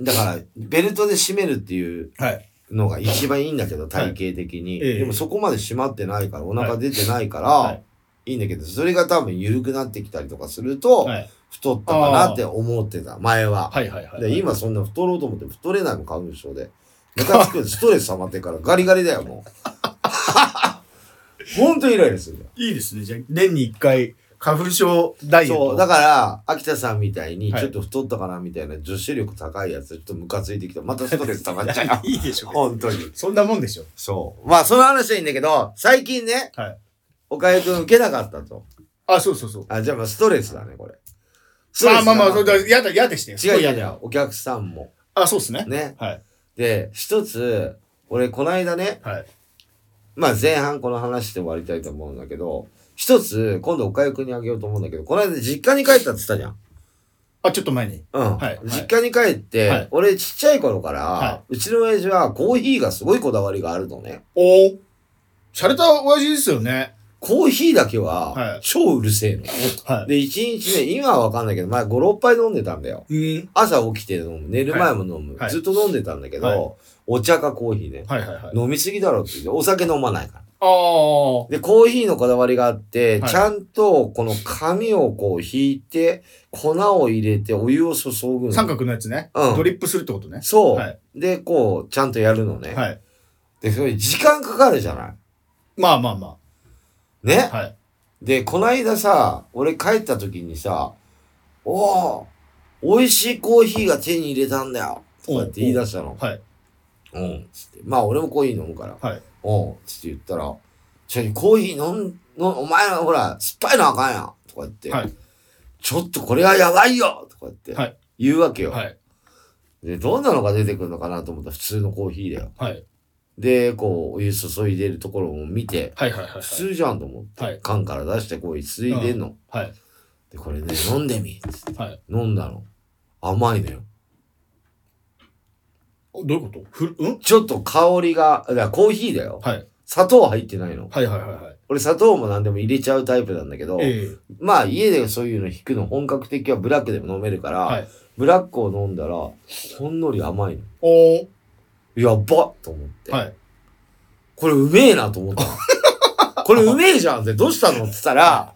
Speaker 1: だから、ベルトで締めるっていう
Speaker 2: はい。はい。
Speaker 1: のが一番いいんだけど、体型的に。
Speaker 2: ええ
Speaker 1: でもそこまで締まってないから、お腹出てないから、
Speaker 2: はいい、
Speaker 1: いんだけど、それが多分緩くなってきたりとかすると、
Speaker 2: はい
Speaker 1: 太ったかなって思ってた、前は。
Speaker 2: はいはいはい。
Speaker 1: で今そんな太ろうと思っても太れないの、花粉症で。ムカつくんストレス溜まってるからガリガリだよ、も う。ほんとイライラするよ。
Speaker 2: いいですね。じゃあ年に一回、花粉症ダイエット。
Speaker 1: そう、だから、秋田さんみたいに、
Speaker 2: はい
Speaker 1: ちょっと太ったかなみたいな女子力高いやつ、ちょっとムカついてきた。またストレス溜まっちゃう。
Speaker 2: いいでしょ。
Speaker 1: ほんとに。
Speaker 2: そんなもんでしょ。
Speaker 1: そう。まあ、その話はいいんだけど、最近ね、
Speaker 2: はい
Speaker 1: 岡井くん受けなかったと。
Speaker 2: あ、そうそうそう。
Speaker 1: あ、じゃあまあ、ストレスだね、これ。
Speaker 2: まあまあまあ、そうだ、
Speaker 1: 違う
Speaker 2: 嫌だ、嫌でして。すごい
Speaker 1: 違
Speaker 2: 嫌
Speaker 1: う
Speaker 2: だ
Speaker 1: 違う
Speaker 2: よ。。
Speaker 1: お客さんも。
Speaker 2: あ、そうですね。
Speaker 1: ね。
Speaker 2: はい。
Speaker 1: で、一つ、俺、この間ね、
Speaker 2: はい。
Speaker 1: まあ、前半この話で終わりたいと思うんだけど、一つ、今度岡井くんにあげようと思うんだけど、この間実家に帰ったって言ったじゃん。
Speaker 2: あ、ちょっと前に。
Speaker 1: うん
Speaker 2: はい
Speaker 1: 実家に帰って、
Speaker 2: はい
Speaker 1: 俺ちっちゃい頃から、
Speaker 2: は
Speaker 1: うちの親父はコーヒーがすごいこだわりがあるのね。
Speaker 2: おお。洒落た親父ですよね。
Speaker 1: コーヒーだけ
Speaker 2: は
Speaker 1: はい超うるせえの。
Speaker 2: は
Speaker 1: で、一日ね、今はわかんないけど、前5、6杯飲んでたんだよ。
Speaker 2: い。うん。
Speaker 1: 朝起きて飲む、寝る前も飲む、
Speaker 2: はい
Speaker 1: ずっと飲んでたんだけど、
Speaker 2: はい
Speaker 1: お茶かコーヒーね。
Speaker 2: はいはいはい。
Speaker 1: 飲みすぎだろって言って、お酒飲まないから。
Speaker 2: ああ。
Speaker 1: で、コーヒーのこだわりがあって、
Speaker 2: はい
Speaker 1: ちゃんとこの紙をこう引いて、粉を入れてお湯を注ぐの。
Speaker 2: 三角のやつね。
Speaker 1: うん
Speaker 2: ドリップするってことね。
Speaker 1: そう、
Speaker 2: はい
Speaker 1: で、こう、ちゃんとやるのね。
Speaker 2: はい。
Speaker 1: で、それ時間かかるじゃない
Speaker 2: まあまあま
Speaker 1: ね、
Speaker 2: あ。はい。
Speaker 1: で、こないださ、俺帰った時にさ、おお美味しいコーヒーが手に入れたんだよとかって言い出したの。
Speaker 2: はい。
Speaker 1: うん。つって。まあ俺もコーヒー飲むから。
Speaker 2: はい。
Speaker 1: うん。つって言ったら、ちょ、コーヒー飲ん、のお前らほら、酸っぱいのあかんやんとか言って、
Speaker 2: はい
Speaker 1: ちょっとこれはやばいよとか言って、
Speaker 2: はい
Speaker 1: 言うわけよ、
Speaker 2: はい。
Speaker 1: で、どんなのが出てくるのかなと思ったら普通のコーヒーだよ。
Speaker 2: はい。
Speaker 1: で、こう、お湯注いでるところを見て、
Speaker 2: はいはいはい
Speaker 1: 普通じゃんと思って、
Speaker 2: はい
Speaker 1: 缶から出してこう注いでんの、
Speaker 2: はい。はい。
Speaker 1: でこれね飲んでみっつって
Speaker 2: はい。
Speaker 1: 飲んだの甘いのよ
Speaker 2: おどういうことふる、うん
Speaker 1: ちょっと香りがだからコーヒーだよ
Speaker 2: はい。
Speaker 1: 砂糖入ってないの
Speaker 2: はいはいはいはい。
Speaker 1: 俺砂糖も何でも入れちゃうタイプなんだけど、
Speaker 2: ええ
Speaker 1: まあ家でそういうの引くの本格的はブラックでも飲めるから、
Speaker 2: はい。
Speaker 1: ブラックを飲んだらほんのり甘いの
Speaker 2: おお。
Speaker 1: やばっと思って、
Speaker 2: はい。
Speaker 1: これうめえなと思 ったのこれうめえじゃんってどうしたのって言った ら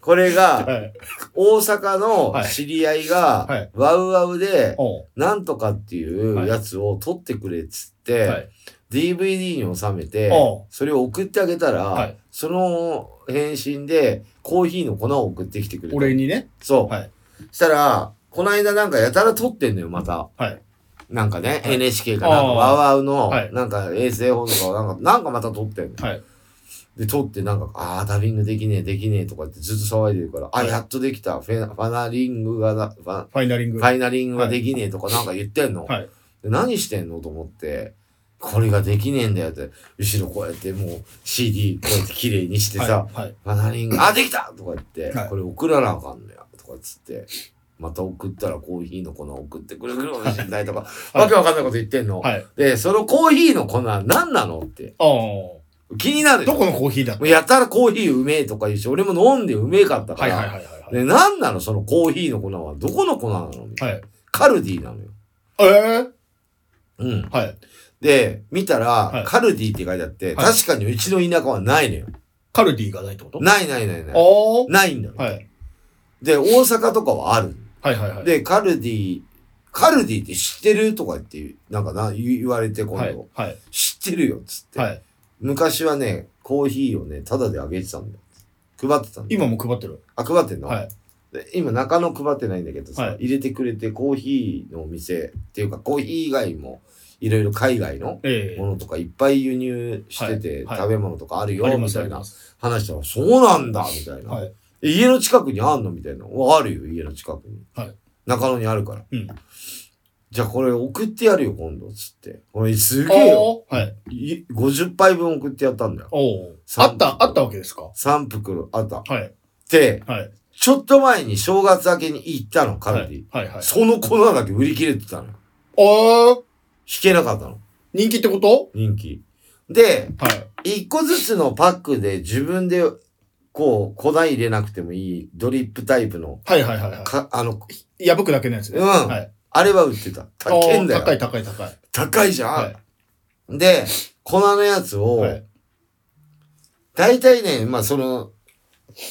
Speaker 1: これが
Speaker 2: はい。
Speaker 1: 大阪の知り合いが
Speaker 2: はいはい
Speaker 1: ワウワウで
Speaker 2: おお。
Speaker 1: なんとかっていうやつを撮ってくれっつって、
Speaker 2: はい。
Speaker 1: DVD に収めて
Speaker 2: おう、
Speaker 1: それを送ってあげたら、
Speaker 2: はい
Speaker 1: その返信でコーヒーの粉を送ってきてくれた。
Speaker 2: お礼にね。
Speaker 1: そう。
Speaker 2: はい
Speaker 1: したら、この間なんかやたら撮ってんのよ、また。
Speaker 2: はい。
Speaker 1: なんかね、
Speaker 2: はい
Speaker 1: NHK かなんか、
Speaker 2: あー
Speaker 1: ワウワウの
Speaker 2: は、い
Speaker 1: なんか衛星放送かなんか、なんかまた撮ってんの。
Speaker 2: はい。
Speaker 1: で、撮ってなんか、あー、ダビングできねえ、できねえとかってずっと騒いでるから、あ、
Speaker 2: はい
Speaker 1: やっとできた、フェナファナリングがな、ファ
Speaker 2: ファイナリング。
Speaker 1: ファイナリングができねえとかなんか言ってんの。
Speaker 2: はい
Speaker 1: で何してんのと思って、これができねえんだよって、後ろこうやってもう CD こうやって綺麗にしてさ、
Speaker 2: はい。はい。
Speaker 1: ファナリング、あ、できたとか言って、
Speaker 2: はい
Speaker 1: これ送らなあかんのや、とかっつって、また送ったらコーヒーの粉送ってくるくるかもしれないとか、
Speaker 2: い
Speaker 1: わけわかんないこと言ってんの。
Speaker 2: はい。
Speaker 1: で、そのコーヒーの粉何なのって
Speaker 2: ああ。
Speaker 1: 気になるよ
Speaker 2: どこのコーヒーだっ
Speaker 1: もうやたらコーヒーうめえとか言うし、俺も飲んでうめえかった
Speaker 2: た
Speaker 1: か
Speaker 2: はい
Speaker 1: ら、
Speaker 2: はいはいはいはい。
Speaker 1: で、何なのそのコーヒーの粉は、どこの粉なのみたいな
Speaker 2: はい。
Speaker 1: カルディなのよ。
Speaker 2: ええ
Speaker 1: うん。
Speaker 2: はい。
Speaker 1: で、見たら、
Speaker 2: はい
Speaker 1: カルディって書いてあって、
Speaker 2: はい
Speaker 1: 確かにうちの田舎はないのよ。
Speaker 2: カルディがないってこと
Speaker 1: ないないないない。
Speaker 2: お
Speaker 1: ないんだよ。
Speaker 2: お。はい。
Speaker 1: で、大阪とかはある。
Speaker 2: はいはいはい。
Speaker 1: で、カルディ、カルディって知ってるとかっていう、なんかな、言言われて今度、
Speaker 2: はい。はい。
Speaker 1: 知ってるよ、つって、
Speaker 2: はい。
Speaker 1: 昔はね、コーヒーをね、タダであげてたんだよ。配ってたんだよ。
Speaker 2: 今も配ってる。
Speaker 1: あ、配ってんの、
Speaker 2: はい。
Speaker 1: で今、中野配ってないんだけどさ、
Speaker 2: はい
Speaker 1: 入れてくれてコーヒーのお店っていうか、コーヒー以外も、いろいろ海外の
Speaker 2: ええ
Speaker 1: ものとかいっぱい輸入してて、
Speaker 2: はいはい
Speaker 1: 食べ物とかあるよ
Speaker 2: ありま
Speaker 1: み
Speaker 2: す
Speaker 1: た
Speaker 2: あ
Speaker 1: い
Speaker 2: り
Speaker 1: な
Speaker 2: ます。
Speaker 1: 話したら、そうなんだみたいな、
Speaker 2: はい。
Speaker 1: え家の近くにあんのみたいな。うわあるよ、家の近くに。
Speaker 2: はい
Speaker 1: 中野にあるから。
Speaker 2: うん
Speaker 1: じゃあこれ送ってやるよ、今度、つって。俺、すげえよ。
Speaker 2: おーはい。
Speaker 1: い50杯分送ってやったんだよ。
Speaker 2: おお。あった、あったわけですか
Speaker 1: 3袋あった。
Speaker 2: はい。
Speaker 1: で、
Speaker 2: はい。
Speaker 1: ちょっと前に正月明けに行ったの、カ
Speaker 2: は
Speaker 1: ルディ
Speaker 2: い。。はい。はい。
Speaker 1: その粉だけ売り切れてたのよ。
Speaker 2: おー
Speaker 1: 引けなかったの、
Speaker 2: 人気ってこと
Speaker 1: 人気。で、
Speaker 2: はい。
Speaker 1: 一個ずつのパックで自分で、こう、粉入れなくてもいいドリップタイプの、
Speaker 2: はいはいはいは
Speaker 1: か、あの、
Speaker 2: い。破くだけのやつね。
Speaker 1: うん
Speaker 2: はい。
Speaker 1: あれは売ってた。高いんだよ。
Speaker 2: おー高い高い高い。
Speaker 1: 高いじゃん、
Speaker 2: は
Speaker 1: で、粉のやつを、
Speaker 2: い。はい。
Speaker 1: 大体ね、まあその、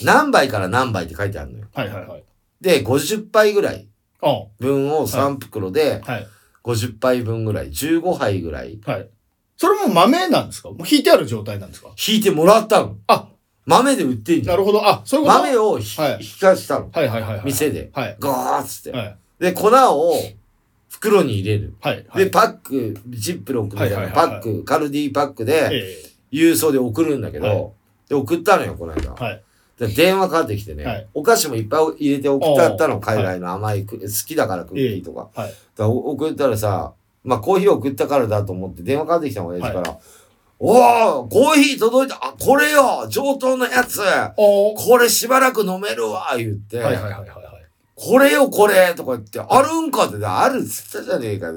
Speaker 1: 何杯から何杯って書いてあるのよ。
Speaker 2: はいはいはい。
Speaker 1: で、50杯ぐらい
Speaker 2: あー
Speaker 1: 分を3袋で、
Speaker 2: はい。
Speaker 1: 50杯分ぐらい、15杯ぐらい、
Speaker 2: はい。それも豆なんですかもう引いてある状態なんですか
Speaker 1: 引いてもらったの。
Speaker 2: あ、
Speaker 1: 豆で売ってんじゃ。
Speaker 2: なんるほど。あ、そういうこと
Speaker 1: 豆をひ
Speaker 2: はい
Speaker 1: 引かしたの。
Speaker 2: はいはいはいはい。
Speaker 1: 店で。
Speaker 2: はい。
Speaker 1: ガーッつって。
Speaker 2: はい。
Speaker 1: で、粉を袋に入れる。
Speaker 2: はい。はい
Speaker 1: で、、パック、ジップロックみたい
Speaker 2: はい
Speaker 1: な
Speaker 2: はい
Speaker 1: パ
Speaker 2: はいは
Speaker 1: ッ
Speaker 2: い
Speaker 1: ク、カルディパックで、
Speaker 2: ええ
Speaker 1: 郵送で送るんだけ
Speaker 2: は
Speaker 1: ど、で、送ったのよ、この間。
Speaker 2: はい。
Speaker 1: で電話かかってきて
Speaker 2: は
Speaker 1: ね
Speaker 2: い、
Speaker 1: お菓子もいっぱい入れて送ったったの、
Speaker 2: おー
Speaker 1: 海外の甘いク、好きだからクッキーとか。
Speaker 2: はい。
Speaker 1: だからお送ったらさ、まあコーヒー送ったからだと思って電話かかってきたの、親父から。おおコーヒー届いたあ、これよ上等なやつ
Speaker 2: おー
Speaker 1: これしばらく飲めるわ言って、
Speaker 2: はいはいはいはいはい。
Speaker 1: これよこれとか言って、あるんかって、あるっつったじゃねえかよ。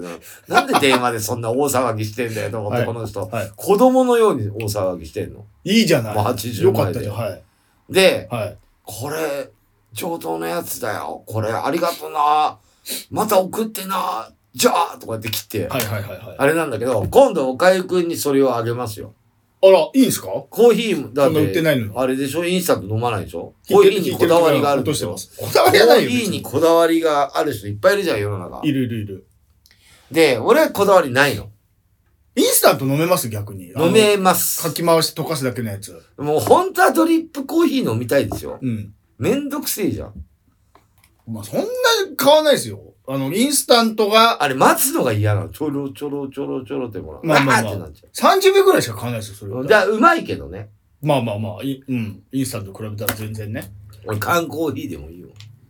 Speaker 1: なんで電話でそんな大騒ぎしてんだよと思って、
Speaker 2: はい
Speaker 1: この人。
Speaker 2: はい
Speaker 1: 子供のように大騒ぎしてんの。
Speaker 2: いいじゃない。
Speaker 1: もう80
Speaker 2: よか
Speaker 1: 前
Speaker 2: った
Speaker 1: で
Speaker 2: じゃん。はい。
Speaker 1: で、
Speaker 2: はい。
Speaker 1: これ、上等なやつだよ。これ、ありがとな。また送ってな。じゃあとか言って来て。
Speaker 2: はいはいはいはい。
Speaker 1: あれなんだけど、今度、おかゆくんにそれをあげますよ。
Speaker 2: あら、いいんすかこ
Speaker 1: コーヒーも、だっ
Speaker 2: んな売って
Speaker 1: て、
Speaker 2: ないのに。
Speaker 1: あれでしょインスタント飲まないでしょコ
Speaker 2: 聞
Speaker 1: ー
Speaker 2: い
Speaker 1: ヒ
Speaker 2: て
Speaker 1: ー
Speaker 2: る
Speaker 1: にこだわりがあるん
Speaker 2: 聞い
Speaker 1: で
Speaker 2: て
Speaker 1: し
Speaker 2: る
Speaker 1: ょ
Speaker 2: 落としてます。こだ
Speaker 1: コ
Speaker 2: わりはない
Speaker 1: ー
Speaker 2: よ。
Speaker 1: ヒー
Speaker 2: 別
Speaker 1: に
Speaker 2: に
Speaker 1: こだわりがある人いっぱいいるじゃん、世の中。
Speaker 2: いるいるいる。
Speaker 1: で、俺はこだわりないの。
Speaker 2: インスタント飲めます逆に。
Speaker 1: 飲めま
Speaker 2: あの。か
Speaker 1: す。
Speaker 2: き回して溶かすだけのやつ。
Speaker 1: もう本当はドリップコーヒー飲みたいですよ。
Speaker 2: うん。
Speaker 1: めんどくせえじゃん。
Speaker 2: まあ、そんなに買わないですよ。あの、インスタントが
Speaker 1: あれ待つのが嫌なの。ちょろちょろちょろちょろってもらう。
Speaker 2: まあまあま
Speaker 1: ーっ
Speaker 2: あ
Speaker 1: てなっちゃ
Speaker 2: 30秒ぐらいしか買わないですよ、それだ
Speaker 1: う。
Speaker 2: った
Speaker 1: じ
Speaker 2: ら。
Speaker 1: ゃあ、うまいけどね。
Speaker 2: まあまあまあ、いうん。インスタントと比べたら全然ね。
Speaker 1: 俺、缶コーヒーでもいいよ。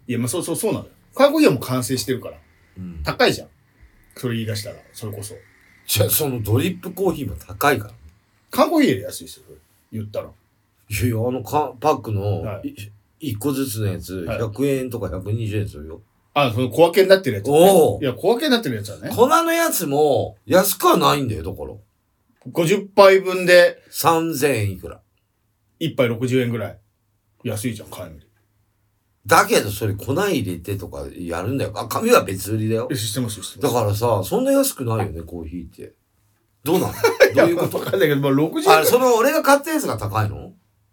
Speaker 2: いや、まあそうそうそうなのよ。缶コーヒーはもう完成してるから。
Speaker 1: うん。
Speaker 2: 高いじゃん。それ言い出したら、それこそ。
Speaker 1: じゃあ、そのドリップコーヒーも高いから。
Speaker 2: 缶コーヒーより安いですよ、それ言ったら。
Speaker 1: いやいや、あの缶パックの、
Speaker 2: はい
Speaker 1: 一個ずつのやつ、
Speaker 2: はい
Speaker 1: 100円とか120円するよ。
Speaker 2: あ、その小分けになってるやつ、
Speaker 1: お
Speaker 2: ね
Speaker 1: お。
Speaker 2: いや、小分けになってるやつはね。
Speaker 1: 粉のやつも、安くはないんだよ、だから。
Speaker 2: 50杯分で
Speaker 1: 3000円いくら。
Speaker 2: 1杯60円ぐらい。安いじゃん、缶より。
Speaker 1: だけど、それ粉入れてとかやるんだよ。あ、紙は別売りだよ
Speaker 2: え、。知ってます、知ってま
Speaker 1: だ
Speaker 2: す。
Speaker 1: からさ、そんな安くないよね、コーヒーって。どうなのどういうこと
Speaker 2: わかん ないけど、まあ60円ぐら
Speaker 1: あ、
Speaker 2: い。
Speaker 1: その俺が買ったやつが高いの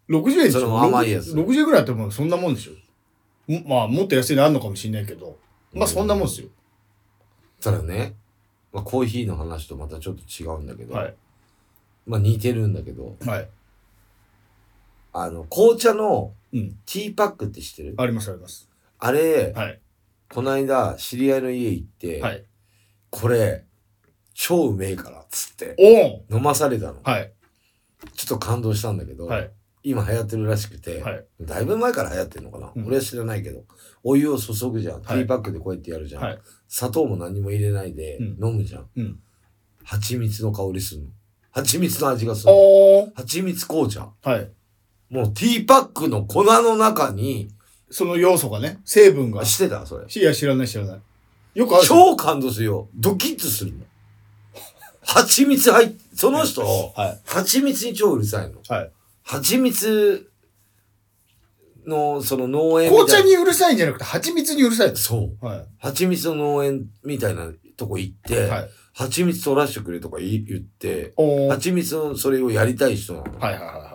Speaker 2: 60円でし
Speaker 1: それ
Speaker 2: ょ
Speaker 1: も甘いやつ
Speaker 2: 60円ぐらいだってもうそんなもんでしょんまあ、もっと安いのあるのかもしれないけど。まあ、そんなもんですよ。
Speaker 1: たらね、まあ、コーヒーの話とまたちょっと違うんだけど、
Speaker 2: はい。
Speaker 1: まあ似てるんだけど、
Speaker 2: はい。
Speaker 1: あの、紅茶の
Speaker 2: うん。
Speaker 1: ティーパックって知ってる
Speaker 2: あります、あります。
Speaker 1: あれ、
Speaker 2: はい。
Speaker 1: こないだ知り合いの家行って、
Speaker 2: はい。
Speaker 1: これ、超うめえから、つって、
Speaker 2: おん
Speaker 1: 飲まされたの。
Speaker 2: はい。
Speaker 1: ちょっと感動したんだけど、
Speaker 2: はい。
Speaker 1: 今流行ってるらしくて、
Speaker 2: はい。
Speaker 1: だいぶ前から流行ってるのかな、
Speaker 2: うん
Speaker 1: 俺は知らないけど、お湯を注ぐじゃん。テ
Speaker 2: はい
Speaker 1: ィーパックでこうやってやるじゃん。
Speaker 2: はい
Speaker 1: 砂糖も何も入れないで
Speaker 2: うん
Speaker 1: 飲むじゃん。
Speaker 2: うん
Speaker 1: 蜂蜜の香りするの。蜂蜜の味がするの。
Speaker 2: おー
Speaker 1: 蜂蜜紅茶。
Speaker 2: はい。
Speaker 1: もうティーパックの粉の中に、
Speaker 2: その要素がね、成分が
Speaker 1: あ、。してたそれ。
Speaker 2: いや、知らない、知らない。よくある。
Speaker 1: 超感動するよ。ドキッとするの。蜂蜜入って、その人、
Speaker 2: は
Speaker 1: 蜂蜜に超うるさいの。
Speaker 2: い。はい。
Speaker 1: 蜂蜜の、その農園みたい
Speaker 2: 紅
Speaker 1: な。
Speaker 2: 茶にうるさいんじゃなくて、蜂蜜にうるさいです。
Speaker 1: そう。
Speaker 2: は
Speaker 1: 蜂蜜の農園みたいなとこ行って、
Speaker 2: い。はい。
Speaker 1: 蜂蜜取らしてくれとか言い言って、
Speaker 2: おーはい
Speaker 1: 蜂蜜のそれをやりたい人なの。
Speaker 2: はいはいは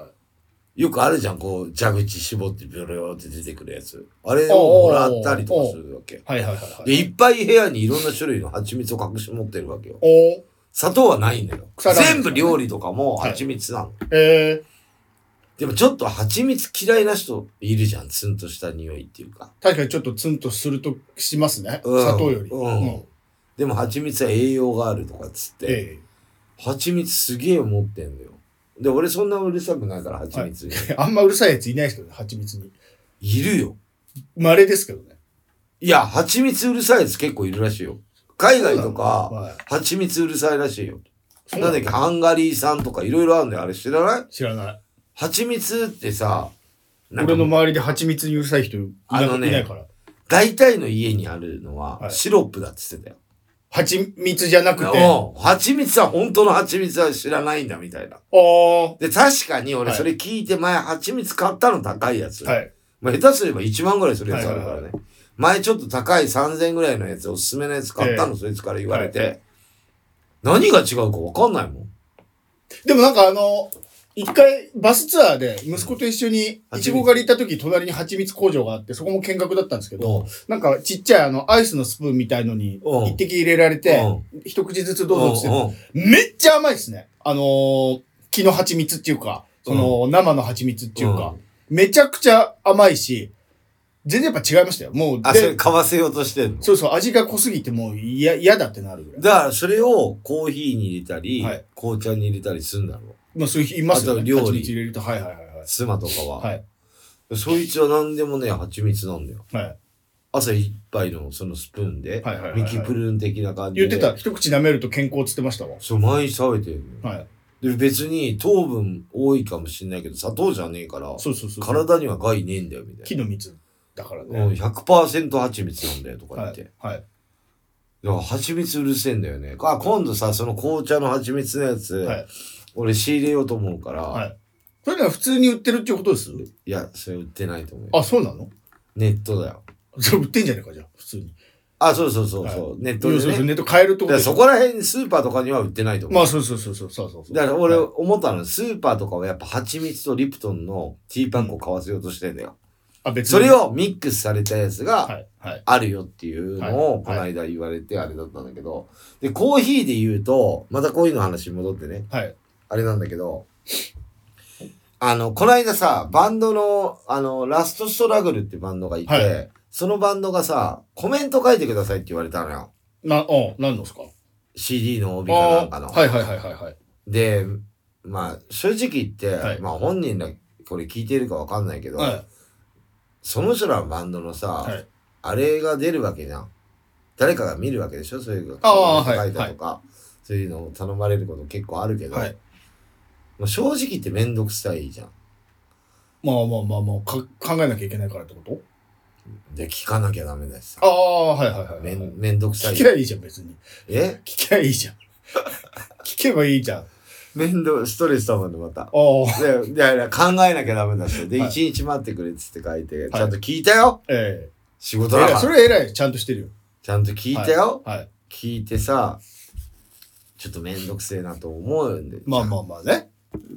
Speaker 1: よくあるじゃん、こう、蛇口絞ってビョローって出てくるやつ。あれを
Speaker 2: お
Speaker 1: も
Speaker 2: ー
Speaker 1: らったりとかするわけ。
Speaker 2: い。はいはいはいは
Speaker 1: で、
Speaker 2: い。
Speaker 1: いっぱい部屋にいろんな種類の蜂蜜を隠し持ってるわけよ。
Speaker 2: おー
Speaker 1: 砂糖はないんだよ。
Speaker 2: 草なんですよ
Speaker 1: 全
Speaker 2: ね
Speaker 1: 部料理とかも
Speaker 2: はい
Speaker 1: 蜂蜜なの。
Speaker 2: えー、
Speaker 1: でもちょっと蜂蜜嫌いな人いるじゃん、ツンとした匂いっていうか。
Speaker 2: 確かにちょっとツンとするとしますね。
Speaker 1: うん
Speaker 2: 砂糖より。
Speaker 1: うんでも蜂蜜は栄養があるとかっつって。
Speaker 2: え
Speaker 1: 蜂蜜すげえ持ってんだよ。で、俺そんなうるさくないから、蜂蜜、
Speaker 2: えあんまうるさいやついないですけどね、蜂蜜に。
Speaker 1: いるよ。
Speaker 2: 稀ですけどね。
Speaker 1: いや、蜂蜜うるさいやつ結構いるらしいよ。海外とか、
Speaker 2: は
Speaker 1: 蜂蜜うるさいらしいよ。
Speaker 2: う
Speaker 1: なんだっけ、ハンガリー産とかいろいろあるんだよ。あれ知らない
Speaker 2: い、知らない。
Speaker 1: 蜂蜜ってさ、なんか
Speaker 2: 俺の周りで蜂蜜にうるさい人いな
Speaker 1: あ
Speaker 2: い,、
Speaker 1: のね
Speaker 2: いないから。
Speaker 1: 大体の家にあるのは
Speaker 2: はい
Speaker 1: シロップだって言ってたよ。
Speaker 2: 蜂蜜じゃなくて。あ
Speaker 1: おう蜂蜜は本当の蜂蜜は知らないんだみたいな。
Speaker 2: あ。
Speaker 1: で、確かに俺
Speaker 2: はい
Speaker 1: それ聞いて前蜂蜜買ったの高いやつ。
Speaker 2: はい。
Speaker 1: まあ下手すれば1万ぐらいするやつあるか
Speaker 2: は
Speaker 1: ら
Speaker 2: いは
Speaker 1: ね。前ちょっと高い3000円ぐらいのやつ、おすすめのやつ買ったの、そいつから言われて。何が違うかわかんないもん。
Speaker 2: でもなんかあの、一回バスツアーで息子と一緒にいちご狩り行った時隣に蜂蜜工場があってそこも見学だったんですけ
Speaker 1: う
Speaker 2: ど、
Speaker 1: ん
Speaker 2: なんかちっちゃいあのアイスのスプーンみたいのに
Speaker 1: うん
Speaker 2: 一滴入れられて
Speaker 1: う、
Speaker 2: 一口ずつどうぞっつって、
Speaker 1: うん
Speaker 2: めっちゃ甘いですね。あのー木の蜂蜜っていうか、その生の蜂蜜っていうか、めちゃくちゃ甘いし、全然やっぱ違いましたよ。もう、
Speaker 1: あ、それ
Speaker 2: で、
Speaker 1: 買わせようとしてんの
Speaker 2: そうそう、味が濃すぎてもう嫌嫌だってなるぐらい。
Speaker 1: だからそれをコーヒーに入れたり、
Speaker 2: はい
Speaker 1: 紅茶に入れたりするんだろう。
Speaker 2: まあそういう人いますよね。
Speaker 1: あと料理
Speaker 2: 蜂蜜入れると、はいはいはいはい。
Speaker 1: 妻とかは。
Speaker 2: はい。
Speaker 1: そいつは何でもね、蜂蜜なんだよ。
Speaker 2: はい。
Speaker 1: 朝一杯のそのスプーンで、
Speaker 2: はいはいはいはい
Speaker 1: ミキプルーン的な感じ
Speaker 2: 言
Speaker 1: で。
Speaker 2: ってた、一口舐めると健康っつってましたわ。
Speaker 1: そう、毎日食べてるのよ
Speaker 2: はい。
Speaker 1: で、別に糖分多いかもしんないけど、砂糖じゃねえから、
Speaker 2: そうそうそう。
Speaker 1: 体には害ねえんだよ、みたい
Speaker 2: 木の蜜だから
Speaker 1: な。うん、
Speaker 2: ね。
Speaker 1: 100%蜂蜜なんだよ、とか言
Speaker 2: は
Speaker 1: って。
Speaker 2: い。はい。
Speaker 1: だから蜂蜜うるせえんだよね。あ、今度さ、その紅茶の蜂蜜のやつ、
Speaker 2: はい
Speaker 1: 俺仕入れようと思うから、
Speaker 2: はい。それでは普通に売ってるっていうことです
Speaker 1: い、や、それ売ってないと思うよ。
Speaker 2: あ、そうなの
Speaker 1: ネットだよ。
Speaker 2: それ売ってんじゃねえか、じゃあ、普通に。
Speaker 1: あ、そうそうそうそう、ネット
Speaker 2: そう
Speaker 1: で
Speaker 2: そうそう、
Speaker 1: ね。
Speaker 2: ネット買えるっ
Speaker 1: だ
Speaker 2: て
Speaker 1: か
Speaker 2: こと
Speaker 1: ら
Speaker 2: でしょ
Speaker 1: そこら辺スーパーとかには売ってないと思う。
Speaker 2: まあ、そうそうそうそう、そうそうそう。
Speaker 1: だから俺
Speaker 2: はい
Speaker 1: 思ったの、スーパーとかはやっぱ蜂蜜とリプトンのティーパックを買わせようとしてんだよ。
Speaker 2: あ、別に。
Speaker 1: それをミックスされたやつ
Speaker 2: は
Speaker 1: が
Speaker 2: い。はい。
Speaker 1: あるよっていうのをこ
Speaker 2: はい
Speaker 1: の
Speaker 2: は
Speaker 1: 間言われてあれだったんだけど。で、コーヒーで言うと、またコーヒーの話に戻ってね、
Speaker 2: はい。
Speaker 1: あれなんだけど、あの、この間さ、バンドの、あの、ラストストラグルってバンドがいて、
Speaker 2: は
Speaker 1: そのバンドがさ、コメント書いてくださいって言われたのよ。
Speaker 2: な、うん、何のですか
Speaker 1: CD の帯かな
Speaker 2: あ
Speaker 1: んか
Speaker 2: あ
Speaker 1: の。
Speaker 2: はいはいはいはいはい。
Speaker 1: で、まあ、正直言って、
Speaker 2: はい
Speaker 1: まあ本人らこれ聞いてるかわかんないけど、
Speaker 2: は
Speaker 1: その人らのバンドのさ、
Speaker 2: はい
Speaker 1: あれが出るわけじゃん。誰かが見るわけでしょそういうの
Speaker 2: あー
Speaker 1: 書いたとか、そういうのを頼まれること結構あるけ
Speaker 2: い。
Speaker 1: ど、
Speaker 2: はい。
Speaker 1: まあ、正直言ってめんどくさいじゃん。
Speaker 2: まあまあまあまあ、か考えなきゃいけないからってこと
Speaker 1: で、聞かなきゃダメだしさ
Speaker 2: あ。あ、はいはいはいは
Speaker 1: め
Speaker 2: い。
Speaker 1: んめんどくさ
Speaker 2: 聞
Speaker 1: い
Speaker 2: き。ゃいいじゃん、別に。
Speaker 1: え
Speaker 2: 聞きゃいいじゃん。 聞けばいいじゃん。あ
Speaker 1: めんど、ストレス溜まるのまた。
Speaker 2: あ、
Speaker 1: で、いやいや、考えなきゃダメだし。で、一、
Speaker 2: はい
Speaker 1: 日待ってくれっつって書いて、ちゃんと聞いたよ
Speaker 2: ええ。
Speaker 1: 仕事だか
Speaker 2: 偉い
Speaker 1: ら
Speaker 2: そ。れは偉い。ちゃんとしてるよ。
Speaker 1: ちゃんと聞いたよ、
Speaker 2: はい。
Speaker 1: 聞いてさちょっとめんどくせえなと思うんで
Speaker 2: まあまあまあね。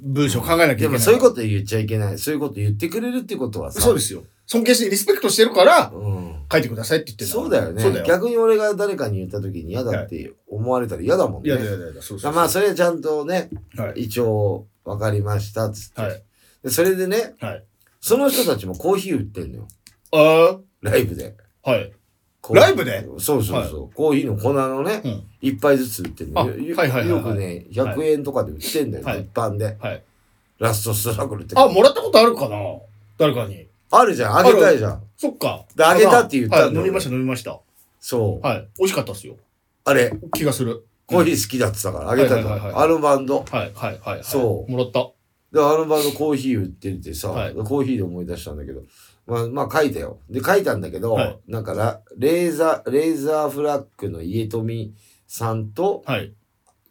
Speaker 2: 文章考えなきゃいけ
Speaker 1: で
Speaker 2: ない。
Speaker 1: もそういうこと言っちゃいけないそういうこと言ってくれるってことはさ
Speaker 2: そうですよ。尊敬して、リスペクトしてるから、
Speaker 1: うん、
Speaker 2: 書いてくださいって言ってん
Speaker 1: そうだよね
Speaker 2: そうだよ。
Speaker 1: 逆に俺が誰かに言った時に嫌だって思われたら嫌だもん
Speaker 2: い
Speaker 1: ね
Speaker 2: やだやだやだ、そうそうそう。
Speaker 1: まあそれはちゃんとね
Speaker 2: はい。
Speaker 1: 一応分かりましたっつって、
Speaker 2: はい。
Speaker 1: でそれでね
Speaker 2: はい。
Speaker 1: その人たちもコーヒー売ってんのよ
Speaker 2: あ
Speaker 1: ライブで
Speaker 2: あ、はい。
Speaker 1: コーヒー
Speaker 2: ライブで
Speaker 1: そうそうそう、コーヒーの粉のね
Speaker 2: うん。
Speaker 1: 一杯ずつ売ってんの
Speaker 2: あ
Speaker 1: よよ
Speaker 2: はいはいはいはい
Speaker 1: よくね100円とかで売ってんだよ、
Speaker 2: はい
Speaker 1: 一般で
Speaker 2: はい。
Speaker 1: ラストストラグルって
Speaker 2: あ、もらったことあるかな誰かに。
Speaker 1: あるじゃん、あげたいじゃん。
Speaker 2: そっか。
Speaker 1: であげたって言ったんだよ
Speaker 2: はい飲みました、飲みました。
Speaker 1: そう。
Speaker 2: はい。美味しかったっすよ。
Speaker 1: あれ、
Speaker 2: 気がする。
Speaker 1: コーヒー好きだって言ったから、あげたじゃ
Speaker 2: はいはいはい
Speaker 1: ん。
Speaker 2: はい
Speaker 1: あのバンド。
Speaker 2: はい、はい、はいはい。
Speaker 1: そう
Speaker 2: もらった。
Speaker 1: で、あのバンドコーヒー売っててさ、
Speaker 2: はい
Speaker 1: コーヒーで思い出したんだけど、まあ、まあ書いたよ。で、書いたんだけど、
Speaker 2: はい
Speaker 1: なんかラ、レーザー、レーザーフラッグの家富さんと、
Speaker 2: はい。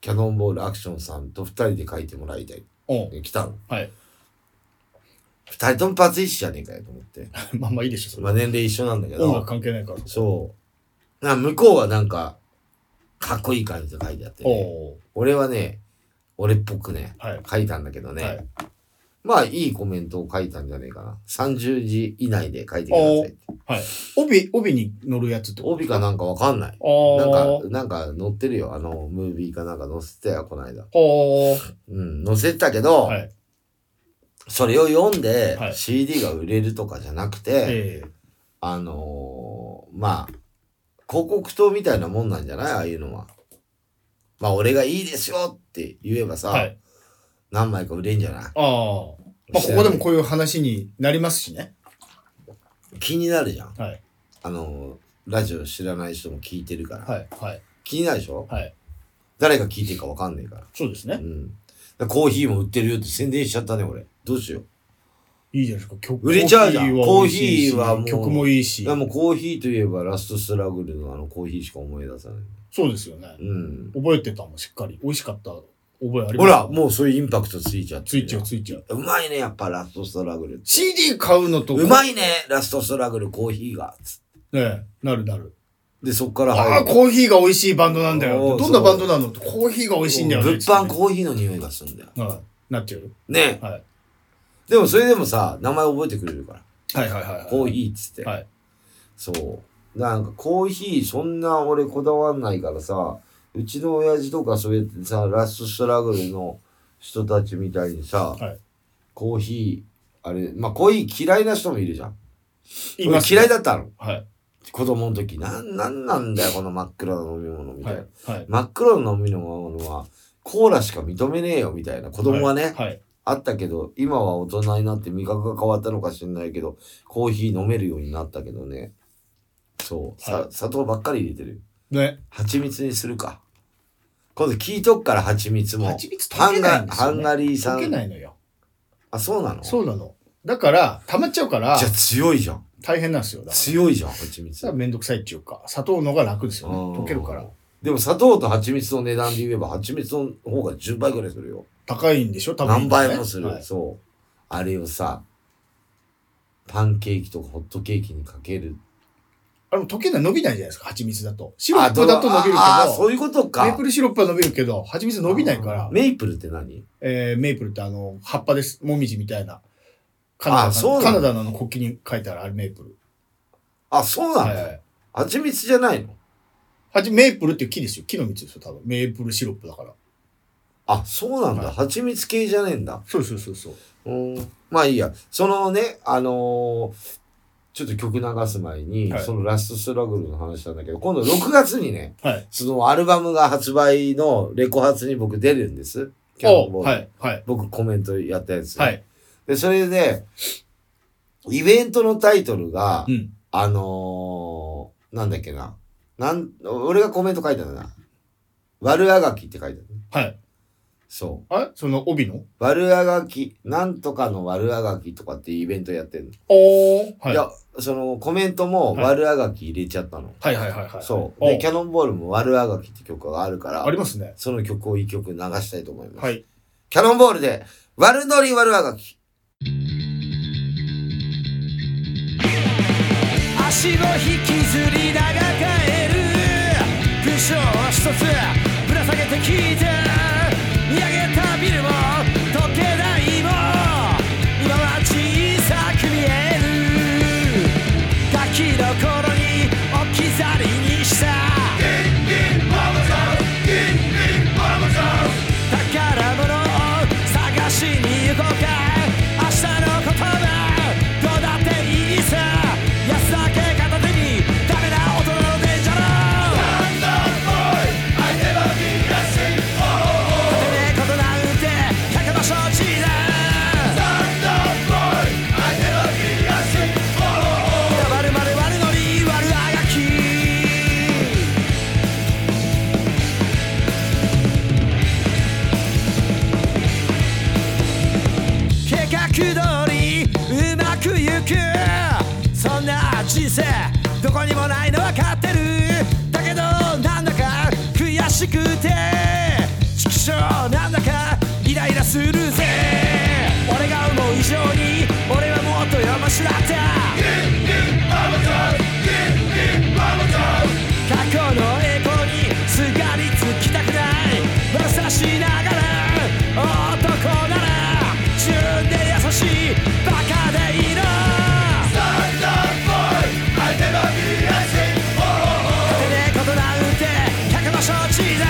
Speaker 1: キャノンボールアクションさんと二人で書いてもらいたい。
Speaker 2: お
Speaker 1: で来たの。
Speaker 2: はい。
Speaker 1: 二人ともパツイチじゃねえかよと思って。
Speaker 2: まあまあいいでしょ、それ
Speaker 1: まあ年齢一緒なんだけ
Speaker 2: 音楽
Speaker 1: ど、
Speaker 2: 関係ないから。
Speaker 1: そう。な向こうはなんか、かっこいい感じで書いてあって、
Speaker 2: お
Speaker 1: ね。
Speaker 2: お
Speaker 1: 俺はね、俺っぽくね、
Speaker 2: ー。はい。
Speaker 1: 書いたんだけどね、
Speaker 2: はい
Speaker 1: まあいいコメントを書いたんじゃねえかな。30字以内で書いてくださいって。
Speaker 2: 帯、帯に乗るやつってこと
Speaker 1: 帯かなんかわかんない。
Speaker 2: あ
Speaker 1: な
Speaker 2: あ。
Speaker 1: んか、なんか載ってるよ。あの、ムービーかなんか載せてたよ、この間。
Speaker 2: お
Speaker 1: うん、載せてたけど、
Speaker 2: はい。
Speaker 1: それを読んで、
Speaker 2: はい
Speaker 1: CD が売れるとかじゃなくて、
Speaker 2: ええ。
Speaker 1: あのーまあ、広告塔みたいなもんなんじゃないああいうのは。まあ、俺がいいですよって言えばさ、
Speaker 2: はい。
Speaker 1: 何枚か売れんじゃない
Speaker 2: ああ。まあ、ここでもこういう話になりますしね。
Speaker 1: 気になるじゃん。
Speaker 2: はい。
Speaker 1: あの、ラジオ知らない人も聞いてるから。
Speaker 2: はい。はい。
Speaker 1: 気になるでしょ
Speaker 2: はい。
Speaker 1: 誰が聞いてるかわかんないから。
Speaker 2: そうです
Speaker 1: う
Speaker 2: ね。
Speaker 1: ん。コーヒーも売ってるよって宣伝しちゃったね、俺。どうしよう。
Speaker 2: いいじゃないですか。曲
Speaker 1: 売れちゃうじゃん
Speaker 2: コ
Speaker 1: コー
Speaker 2: ーヒーは美味
Speaker 1: ヒ
Speaker 2: しい
Speaker 1: ー
Speaker 2: し
Speaker 1: はもう
Speaker 2: 曲もいいし
Speaker 1: いや。もうコーヒーといえばラストスラグルのあのコーヒーしか思い出さない。
Speaker 2: そうですよね。
Speaker 1: うん。
Speaker 2: 覚えてたもん、しっかり。美味しかった覚えあります
Speaker 1: ほら、もうそういうインパクトついちゃって。
Speaker 2: ついちゃう、ついちゃう。
Speaker 1: うまいね、やっぱラストストラグル。
Speaker 2: CD 買うのとか
Speaker 1: うまいね、ラストストラグル、コーヒーが。つ
Speaker 2: ねえなるなる。
Speaker 1: で、そっから
Speaker 2: ああ、
Speaker 1: 入る。
Speaker 2: コーヒーが美味しいバンドなんだ
Speaker 1: お
Speaker 2: よ。
Speaker 1: ー
Speaker 2: どんなバンドなのコーヒーが美味しいんだよね。
Speaker 1: 物販コーヒーの匂いがするんだよ。
Speaker 2: はいなっちゃう。
Speaker 1: ね。
Speaker 2: はい
Speaker 1: でもそれでもさ、名前覚えてくれるから。
Speaker 2: はいはいはいはい。
Speaker 1: コーヒーっつって。
Speaker 2: はい
Speaker 1: そう。なんかコーヒーそんな俺こだわんないからさ、うちの親父とかそうやってさ、ラストストラグルの人たちみたいにさ、
Speaker 2: はい
Speaker 1: コーヒー、あれ、まあコーヒー嫌いな人もいるじゃん。
Speaker 2: いま
Speaker 1: 俺
Speaker 2: す
Speaker 1: 嫌いだったの。
Speaker 2: はい。
Speaker 1: 子供の時。なん、なんなんだよ、この真っ暗な飲み物みた
Speaker 2: はいい
Speaker 1: な。。
Speaker 2: はい。
Speaker 1: 真っ黒の飲み物は、コーラしか認めねえよみたいな子供はね、
Speaker 2: はい。
Speaker 1: あったけど、今は大人になって味覚が変わったのか知んないけど、コーヒー飲めるようになったけどね。そう。さ、
Speaker 2: はい
Speaker 1: 砂糖ばっかり入れてる。
Speaker 2: ね。
Speaker 1: 蜂蜜にするか。今度聞いとくから蜂蜜も。
Speaker 2: 蜂蜜溶けないんです
Speaker 1: ハ
Speaker 2: よ
Speaker 1: ンガハ
Speaker 2: ね
Speaker 1: ンガリー
Speaker 2: 溶け
Speaker 1: 産。
Speaker 2: ないのよ。
Speaker 1: あ、そうなの
Speaker 2: そうなの。だから、溜まっちゃうから
Speaker 1: じゃ、あ強いじゃん。
Speaker 2: 大変なんですよ。だから
Speaker 1: 強いじゃん、蜂蜜
Speaker 2: だから。めんどくさいっていうか、砂糖のが楽ですよね。
Speaker 1: うん
Speaker 2: 溶けるから。。
Speaker 1: でも砂糖と蜂蜜の値段で言えば、蜂蜜の方が10倍ぐらいするよ。
Speaker 2: 高いんでしょ多
Speaker 1: 何
Speaker 2: 分、
Speaker 1: 倍もする、
Speaker 2: はい
Speaker 1: そうあれをさパンケーキとかホットケーキにかける
Speaker 2: あれも溶けない、伸びないじゃないですか、蜂蜜だと。シロップだと伸びるけ
Speaker 1: あーそう
Speaker 2: ど、
Speaker 1: いうことか
Speaker 2: メープルシロップは伸びるけど、蜂蜜伸びないから、
Speaker 1: メイプルって何
Speaker 2: えーメープルってあの、葉っぱです。もみじみたいな。カナダ
Speaker 1: あそうな
Speaker 2: の
Speaker 1: の
Speaker 2: カナダのあの国旗に書いてある、あれメープル。
Speaker 1: あそうな
Speaker 2: はい
Speaker 1: の、
Speaker 2: はい。
Speaker 1: 蜂蜜じゃないの
Speaker 2: はじメープルっていう木ですよ。木の蜜ですよ、多分。メープルシロップだから。
Speaker 1: あそうなんだ、
Speaker 2: はい
Speaker 1: 蜂蜜系じゃねえんだ
Speaker 2: そうそうそうそう。
Speaker 1: うーんまあいいやそのねあのーちょっと曲流す前に、
Speaker 2: はい
Speaker 1: そのラストストラグルの話なんだけど、今度6月にね、
Speaker 2: はい。
Speaker 1: そのアルバムが発売のレコ発に僕出るんです。キャノンボール
Speaker 2: はい、はい、
Speaker 1: 僕コメントやったやつ。
Speaker 2: はい。
Speaker 1: で、それで、イベントのタイトルが、
Speaker 2: うん。
Speaker 1: あのー、なんだっけな。なん、俺がコメント書いたんだな。悪あがきって書いてある。
Speaker 2: はい。
Speaker 1: そう。
Speaker 2: あれその帯の
Speaker 1: 悪あがき、なんとかの悪あがきとかっていうイベントやってんの。、
Speaker 2: おー。はいい。
Speaker 1: や、そのコメントも
Speaker 2: はい
Speaker 1: 悪あがき入れちゃったの。
Speaker 2: はいはいはいはい。
Speaker 1: そう。
Speaker 2: お
Speaker 1: で、キャノンボールも悪あがきって曲があるか
Speaker 2: あり
Speaker 1: ら、
Speaker 2: ますね。
Speaker 1: その曲を一曲流したいと思います。
Speaker 2: はい。
Speaker 1: キャノンボールで、悪ノリ悪あがき。
Speaker 4: 足を引きずりながら帰る文章を一つぶら下げて聞いて見上げたビルも時計台も今は小さく見えるガキの頃に置き去りにした宝物を探しに行こうか明日のことはどうだっていいさ安だけ片手にダメな大人のデンジャー勝てねえことなんて百も承知だ黙るまる悪のに悪あがき計画通りうまくいくそんな人生どこにもないの分かってるだけどなんだか悔しくて畜生なんだかイライラするぜ俺が思う以上に俺はもっとやましだった過去の栄光にすがりつきたくない物差しながら男なら自分で優しいバカでいいの勝てねえことなんて百も承知だ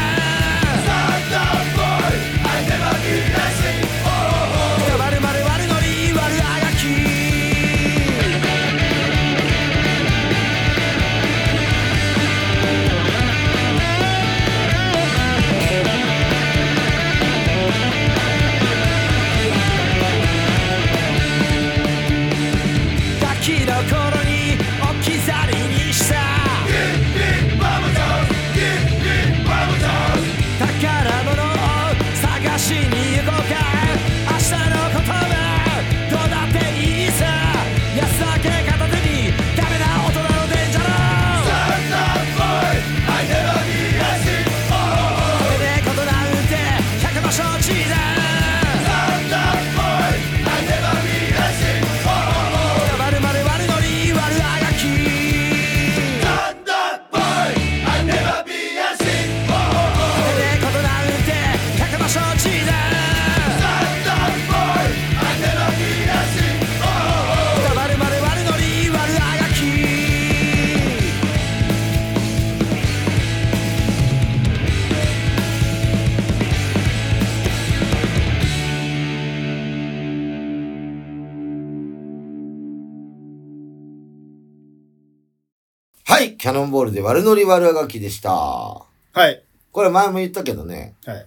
Speaker 1: はい、キャノンボールで悪ノリ悪あがきでした。
Speaker 2: はい。
Speaker 1: これ前も言ったけどね、
Speaker 2: はい。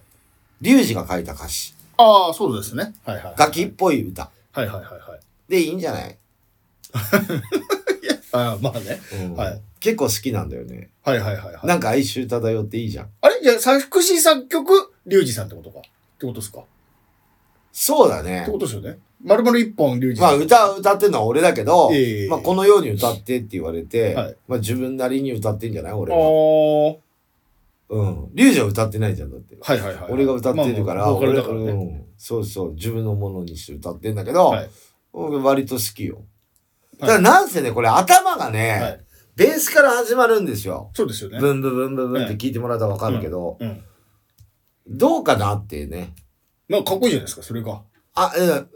Speaker 1: リュウジが書いた歌詞。
Speaker 2: ああ、そうですね。
Speaker 5: はいはい。
Speaker 1: ガキっぽい歌。
Speaker 2: はいはいはいはい。
Speaker 1: で、いいんじゃない、
Speaker 2: ああ、まあね。
Speaker 1: うん
Speaker 2: はい
Speaker 1: 結構好きなんだよね。
Speaker 2: はいはいはいはい。
Speaker 1: なんか哀愁漂っていいじゃん。
Speaker 2: あれじゃあ、作詞作曲、リュウジさんってことか。ってことですかっ
Speaker 1: そうだね
Speaker 2: て。ことですよね。丸々一本、リュウジ
Speaker 1: ま
Speaker 2: さ
Speaker 1: あ
Speaker 2: ん。
Speaker 1: 歌歌ってるのは俺だけど、
Speaker 2: いえいえいえ
Speaker 1: まあこのように歌ってって言われて、
Speaker 2: はい
Speaker 1: まあ自分なりに歌ってんじゃない俺
Speaker 2: あ
Speaker 1: は。
Speaker 2: あ。
Speaker 1: うん。リュウジは歌ってないじゃんだって。
Speaker 2: はいはいはい。
Speaker 1: 俺が歌ってるから、
Speaker 2: まあまあボーカ
Speaker 1: 俺
Speaker 2: ルだからね。
Speaker 1: うんそうそう、自分のものにして歌ってんだけど、
Speaker 2: はい
Speaker 1: 俺割と好きよ。
Speaker 2: は
Speaker 1: た
Speaker 2: い
Speaker 1: だからなんせね、これ頭がね、
Speaker 2: はい
Speaker 1: ベースから始まるんですよ。
Speaker 2: そうですよね。
Speaker 1: ブンブンブンブンブンって聞いてもらったらわかるけど、
Speaker 2: うん。
Speaker 1: どうかなってね。
Speaker 2: なんかかっこいいじゃないですか、それが。
Speaker 1: あ、
Speaker 2: あ
Speaker 1: えー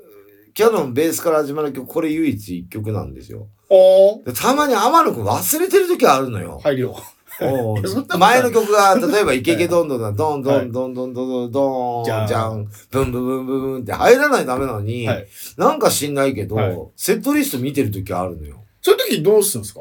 Speaker 1: キャノンベースから始まる曲、これ唯一一曲なんですよ。
Speaker 2: あ。
Speaker 1: でたまに天野くん忘れてる時あるのよ。
Speaker 2: 配慮。
Speaker 1: おう
Speaker 2: いやそんなことない
Speaker 1: 前の曲が、例えば、イケイケどんどんだ、どんどんどんどんどんどんどん、
Speaker 2: じ
Speaker 1: じ
Speaker 2: ゃ
Speaker 1: ゃ
Speaker 2: ん
Speaker 1: ん、ブンブンブンブンブンって入らないとダメなのに
Speaker 2: はい、
Speaker 1: なんか知んないけ
Speaker 2: はい
Speaker 1: ど、セットリスト見てる時あるのよ。
Speaker 2: そういう時どうするんですか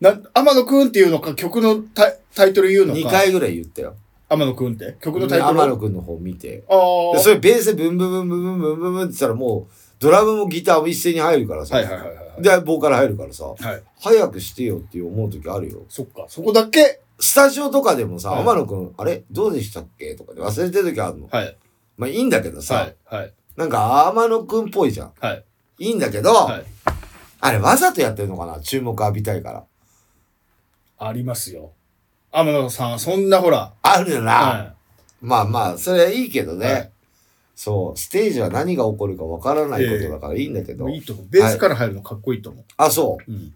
Speaker 2: な、天野くんっていうのか、曲のタイタイトル言うのか。
Speaker 1: 2。回ぐらい言ったよ。
Speaker 2: 天野くんって。曲のタイトル。
Speaker 1: 天
Speaker 2: あ
Speaker 1: 野くんの方見て。
Speaker 2: あ。
Speaker 1: でそれベースでブンブンブンブンブンブンブンって言ったらもう、ドラムもギターも一斉に入るからさ
Speaker 2: はい。はいはいはい。
Speaker 1: で、ボーカル入るからさ、
Speaker 2: はい。
Speaker 1: 早くしてよって思う時あるよ。
Speaker 2: そっか。そこだけ。
Speaker 1: スタジオとかでもさ、
Speaker 2: はい
Speaker 1: 天野くん、あれどうでしたっけとかで忘れてる時あるの。
Speaker 2: はい。
Speaker 1: まあいいんだけどさ、
Speaker 2: はい。はい。
Speaker 1: なんか、天野くんっぽいじゃん。
Speaker 2: はい。
Speaker 1: いいんだけど、
Speaker 2: はい
Speaker 1: あれわざとやってるのかな注目浴びたいから。
Speaker 2: ありますよ。天野さんはそんなほら。
Speaker 1: あるよな。
Speaker 2: は
Speaker 1: まあまあ、それはいいけどね。
Speaker 2: はい
Speaker 1: そう、ステージは何が起こるかわからないことだからいいんだけ
Speaker 2: い。
Speaker 1: ど。
Speaker 2: いいと思う。ベースから入るのかっこいいと思う。
Speaker 1: あ、そう。
Speaker 2: うん。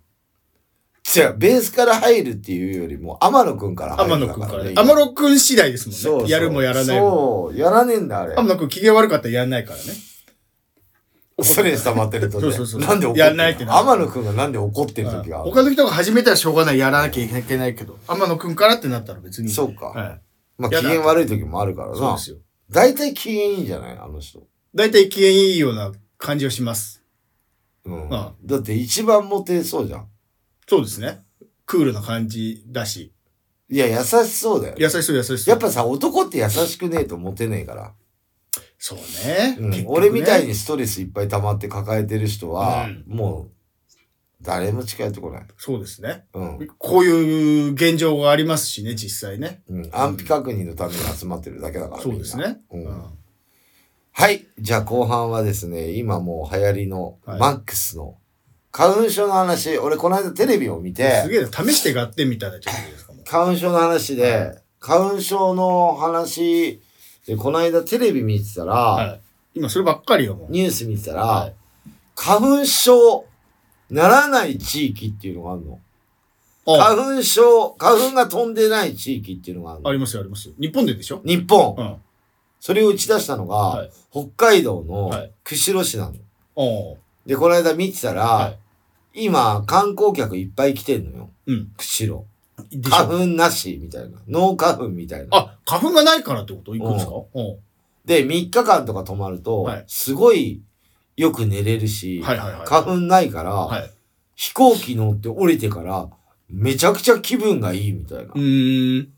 Speaker 1: 違う、ベースから入るっていうよりも、天野くんから入る
Speaker 2: 天野
Speaker 1: だ
Speaker 2: くん
Speaker 1: ら
Speaker 2: からね。
Speaker 1: ね
Speaker 2: 天野くん次第ですもんね。
Speaker 1: そうそう
Speaker 2: やるもやらないも。
Speaker 1: そう、やらねえんだ、あれ。
Speaker 2: 天野くん機嫌悪かったらやんないからね。
Speaker 1: それに溜まってるとね。
Speaker 2: そうそうそう
Speaker 1: なんで怒って
Speaker 2: や
Speaker 1: る
Speaker 2: んないってなる
Speaker 1: 天野くんがなんで怒ってる時がある。
Speaker 2: 他の人が始めたらしょうがない、やらなきゃいけないけど、天野くんからってなったら別に。
Speaker 1: そうか。
Speaker 2: はい。
Speaker 1: まあ、
Speaker 2: や
Speaker 1: 機
Speaker 2: だ
Speaker 1: 嫌悪い時もあるから
Speaker 2: そう
Speaker 1: な
Speaker 2: で。すよ。
Speaker 1: 大体機嫌いいんじゃないあの人。
Speaker 2: 大体機嫌いいような感じをします。
Speaker 1: うん
Speaker 2: ああ
Speaker 1: だって一番モテそうじゃん。
Speaker 2: そうですね。クールな感じだし、
Speaker 1: いや、優しそうだよ。
Speaker 2: 優しそう優しそう。
Speaker 1: やっぱ、さ、男って優しくねえとモテねえから。
Speaker 2: そうね。
Speaker 1: うん
Speaker 2: 結局ね
Speaker 1: 俺みたいに。ストレスいっぱい溜まって抱えてる人は、
Speaker 2: うん
Speaker 1: もう、誰も近寄ってこない。
Speaker 2: そうですね。
Speaker 1: うん。
Speaker 2: こういう現状がありますしね、実際ね。
Speaker 1: うん。安否確認のために集まってるだけだから。
Speaker 2: そうです
Speaker 1: みんな。
Speaker 2: ね。
Speaker 1: う
Speaker 2: うんん。
Speaker 1: はい。じゃあ後半はですね、今もう流行りの、
Speaker 2: はい
Speaker 1: マックスの、花粉症の話、俺この間テレビを見
Speaker 2: す
Speaker 1: て、
Speaker 2: げえな、試してがってみたいな状況ですかもう。
Speaker 1: 花粉症の話で、花粉症の話で、この間テレビ見てたら、
Speaker 2: はい。今そればっかりよ、もう。
Speaker 1: ニュース見てたら、
Speaker 2: はい
Speaker 1: 花粉症ならない地域っていうのがあるの。
Speaker 2: あ
Speaker 1: 花粉症、花粉が飛んでない地域っていうのがある
Speaker 2: あ
Speaker 1: の。
Speaker 2: りますよ、ありますよ。日本ででしょ
Speaker 1: 日本、
Speaker 2: うん。あ
Speaker 1: それを打ち出したのが、
Speaker 2: はい
Speaker 1: 北海道の
Speaker 2: はい
Speaker 1: 釧路市なの。
Speaker 2: あ。
Speaker 1: で、この間見てたら、
Speaker 2: は
Speaker 1: 今、観光客いっぱい来てんのよ。
Speaker 2: うん
Speaker 1: 釧路。
Speaker 2: でしょ
Speaker 1: 花粉なし、みたいな。ノー花粉みたいな。
Speaker 2: あ、花粉がないからってこと行くんですかうん。
Speaker 1: で、3日間とか泊まると、
Speaker 2: はい
Speaker 1: すごいよく寝れるし、
Speaker 2: はいはいはい。
Speaker 1: 花粉ないから、
Speaker 2: はい。
Speaker 1: 飛行機乗って降りてから、めちゃくちゃ気分がいいみたいな。
Speaker 2: うーん。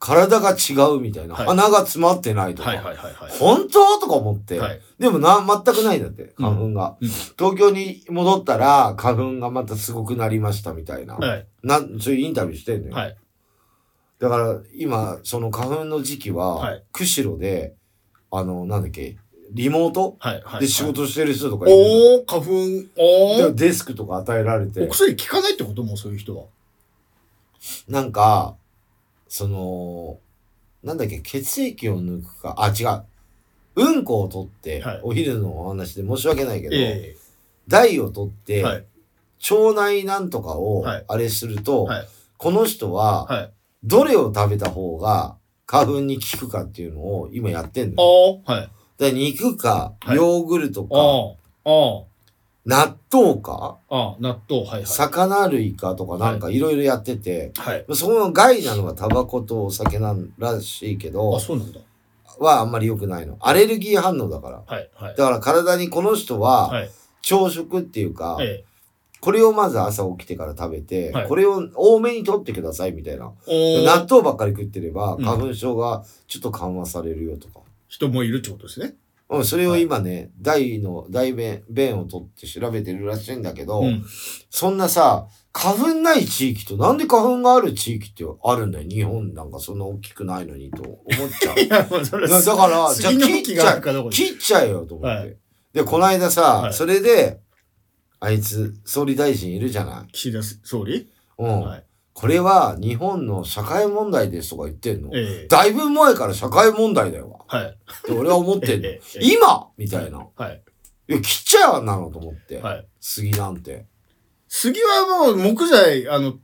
Speaker 1: 体が違うみたいな。
Speaker 2: はい
Speaker 1: 鼻が詰まってないとか。
Speaker 2: はいはいはいはい。
Speaker 1: 本当とか思って。
Speaker 2: はい。
Speaker 1: でもな、全くないんだって、花粉が。
Speaker 2: うん
Speaker 1: 東京に戻ったら、花粉がまたすごくなりましたみたいな。
Speaker 2: はい。
Speaker 1: なんそういうインタビューしてんのよ。
Speaker 2: はい
Speaker 1: だから、今、その花粉の時期は、
Speaker 2: はい
Speaker 1: 釧路で、あの、なんだっけ、リモート
Speaker 2: はい。はい。
Speaker 1: で仕事してる人とかいるの
Speaker 2: おー、花粉、お
Speaker 1: で
Speaker 2: ー。
Speaker 1: デスクとか与えられて。
Speaker 2: お薬効かないってこともうそういう人は。
Speaker 1: なんか、その、なんだっけ、血液を抜くか、あ、違う。うんこを取って、
Speaker 2: はい
Speaker 1: お昼のお話で申し訳ないけど、
Speaker 2: え
Speaker 1: 台を取って、
Speaker 2: え。はい。
Speaker 1: 腸内なんとかを
Speaker 2: はい
Speaker 1: あれすると、
Speaker 2: はい
Speaker 1: この人は、
Speaker 2: はい。
Speaker 1: どれを食べた方が花粉に効くかっていうのを今やってんのよ。
Speaker 2: おー。はい。
Speaker 1: で肉か、
Speaker 2: はい
Speaker 1: ヨーグルトか、
Speaker 2: おー。おー。
Speaker 1: 納豆か、
Speaker 2: あー、納豆、はいはい。
Speaker 1: 魚類かとかなんかいろいろやってて、
Speaker 2: はい。
Speaker 1: その害なのがタバコとお酒なんらしいけど、
Speaker 2: あ、そうなんだ。
Speaker 1: はあんまり良くないの。アレルギー反応だから。
Speaker 2: はい。はい。
Speaker 1: だから体にこの人は
Speaker 2: はい。
Speaker 1: 朝食っていうか、
Speaker 2: ええ。
Speaker 1: これをまず朝起きてから食べて、
Speaker 2: はい
Speaker 1: これを多めに取ってくださいみたいな。
Speaker 2: お
Speaker 1: 納豆ばっかり食ってれば、
Speaker 2: うん
Speaker 1: 花粉症がちょっと緩和されるよとか。
Speaker 2: 人もいるってことですね。
Speaker 1: うん、それを今ね、大の、大便、便を取って調べてるらしいんだけど、
Speaker 2: うん
Speaker 1: そんなさ、花粉ない地域と、なんで花粉がある地域ってあるんだよ。日本なんかそんな大きくないのにと思っち ゃう。
Speaker 2: いや、もうそれ
Speaker 1: だだから、じゃあ
Speaker 2: 杉の
Speaker 1: 切っ
Speaker 2: 木
Speaker 1: ち
Speaker 2: があ
Speaker 1: ゃ
Speaker 2: るかどう
Speaker 1: え、
Speaker 2: か
Speaker 1: 切っちゃえよと思って。
Speaker 2: は
Speaker 1: で、この間さ、
Speaker 2: はい
Speaker 1: それで、あいつ、総理大臣いるじゃない。
Speaker 2: 岸田総理
Speaker 1: うん。
Speaker 2: はい
Speaker 1: これは日本の社会問題ですとか言ってんの。
Speaker 2: ええ
Speaker 1: だいぶ前から社会問題だよわ。
Speaker 2: はい。
Speaker 1: って俺は思ってんの。
Speaker 2: ええ
Speaker 1: 今みたいな。
Speaker 2: はい。
Speaker 1: いや、切っちゃえなのと思って。
Speaker 2: はい。
Speaker 1: 杉なんて。
Speaker 2: 杉はもう木材、あの、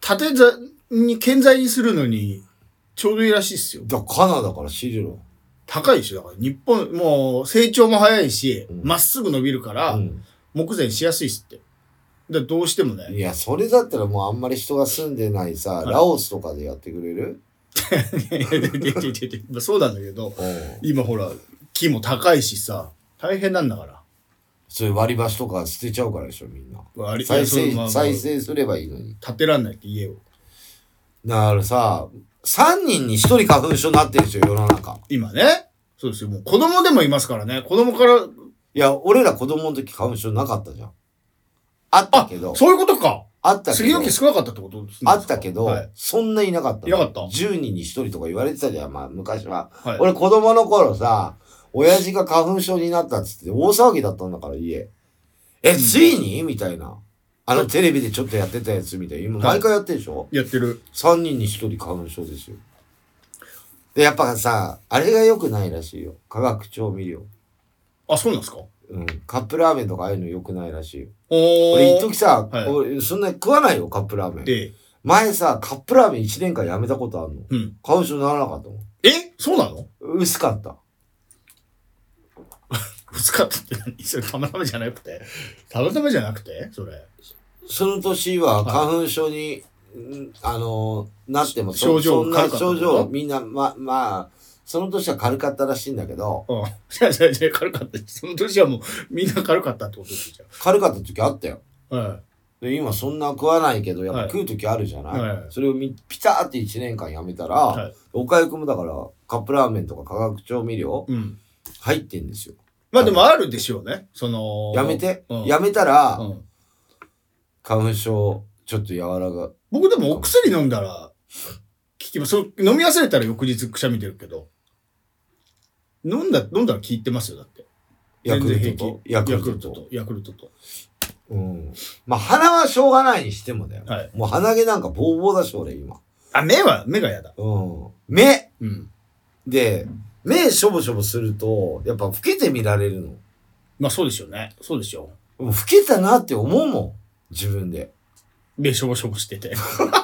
Speaker 2: 縦ざに、建材にするのに、ちょうどいいらしいっすよ。
Speaker 1: だからカナダから仕入れろ。
Speaker 2: 高いでしょ、だから。日本、もう、成長も早いし、
Speaker 1: うん
Speaker 2: ま、っすぐ伸びるから、
Speaker 1: うん
Speaker 2: 木材にしやすいっすって。だからどうしても ね。
Speaker 1: いや、それだったらもうあんまり人が住んでないさ、
Speaker 2: い
Speaker 1: ラオスとかでやってくれる
Speaker 2: いやいやいやいやいやまあそうなんだけど、
Speaker 1: うん。
Speaker 2: 今ほら、木も高いしさ、大変なんだから。
Speaker 1: そういう割り箸とか捨てちゃうからでしょ、みんな。
Speaker 2: 割り
Speaker 1: 再
Speaker 2: いやそうまあ
Speaker 1: 生、
Speaker 2: まあ
Speaker 1: 再生すればいいのに。
Speaker 2: 建てらんないって家を。
Speaker 1: だからさ、3人に1人花粉症になってるんですよ、世の中。
Speaker 2: 今ね。そうですよ。もう子供でもいますからね。子供から、
Speaker 1: いや、俺ら子供の時花粉症なかったじゃん。あったけど、
Speaker 2: そういうことか。
Speaker 1: あったけ
Speaker 2: 杉
Speaker 1: ど
Speaker 2: の、木少なかったってことなんですか
Speaker 1: あったけど、
Speaker 2: はい。
Speaker 1: そんないなかったの。
Speaker 2: いなかった
Speaker 1: 10人に1人とか言われてたじゃん、まあ昔は。
Speaker 2: はい
Speaker 1: 俺子供の頃さ、親父が花粉症になったっつって大騒ぎだったんだから、家。え、ついにみたいな。あのテレビでちょっとやってたやつみたいな。今
Speaker 2: はい
Speaker 1: 毎回やってるでしょ、
Speaker 2: やってる。
Speaker 1: 3人に1人花粉症ですよ。で、やっぱさ、あれが良くないらしいよ。化学調味料。
Speaker 2: あ、そうなんですか
Speaker 1: うん。カップラーメンとかああいうの良くないらしいよ。
Speaker 2: おー。
Speaker 1: 俺、一時さ、
Speaker 2: はい
Speaker 1: 俺そんなに食わないよ、カップラーメン。
Speaker 2: で、
Speaker 1: 前さ、カップラーメン1年間やめたことあるの。
Speaker 2: うん。
Speaker 1: 花粉症ならなかったも
Speaker 2: えそうなの
Speaker 1: ん。薄かった。
Speaker 2: 二日って何それたまたまじゃなくてたまたまじゃなくてそれ。
Speaker 1: その年は花粉症に、うんあのーなってもそ
Speaker 2: 症状
Speaker 1: そん
Speaker 2: が
Speaker 1: な
Speaker 2: 軽かったの
Speaker 1: 症状、みんな、ま、まあ、その年は軽かったらしいんだけど、
Speaker 2: うん。 じゃあじゃあじゃあ軽かった。その年はもうみんな軽かったってことですよ。じゃ
Speaker 1: 軽かった時あったよ。
Speaker 2: あはい。
Speaker 1: で今そんな食わないけどやっ
Speaker 2: は
Speaker 1: ぱ
Speaker 2: い
Speaker 1: 食う時あるじゃない、
Speaker 2: はい
Speaker 1: それをみピターって1年間やめたら、
Speaker 2: はい
Speaker 1: おかゆくんもだからカップラーメンとか化学調味料
Speaker 2: うん。
Speaker 1: 入ってんですよ
Speaker 2: まあでもあるでしょうね。その。
Speaker 1: やめて、
Speaker 2: うん
Speaker 1: やめたら、
Speaker 2: うん
Speaker 1: 花粉症ちょっと和らぐ
Speaker 2: 僕でもお薬飲んだら、聞きます。それ飲み忘れたら翌日くしゃみ出るけど。飲んだ、飲んだら効いてますよ、だって。
Speaker 1: ヤクル
Speaker 2: 全
Speaker 1: トと
Speaker 2: 然
Speaker 1: ヤ
Speaker 2: 平
Speaker 1: ク
Speaker 2: 気
Speaker 1: ルトと
Speaker 2: ヤクルトと。ヤクルトと。
Speaker 1: うん、まあ鼻はしょうがないにしてもだよ、
Speaker 2: はい
Speaker 1: もう鼻毛なんかボーボーだし俺今、
Speaker 2: あ、目は、目が嫌だ。
Speaker 1: うん、目
Speaker 2: うん。
Speaker 1: で目しょぼしょぼするとやっぱ老けて見られるの
Speaker 2: まあそうですよね。そうですよ。
Speaker 1: もう老けたなって思うもん自分で
Speaker 2: 目しょぼしょぼし てて。でもサング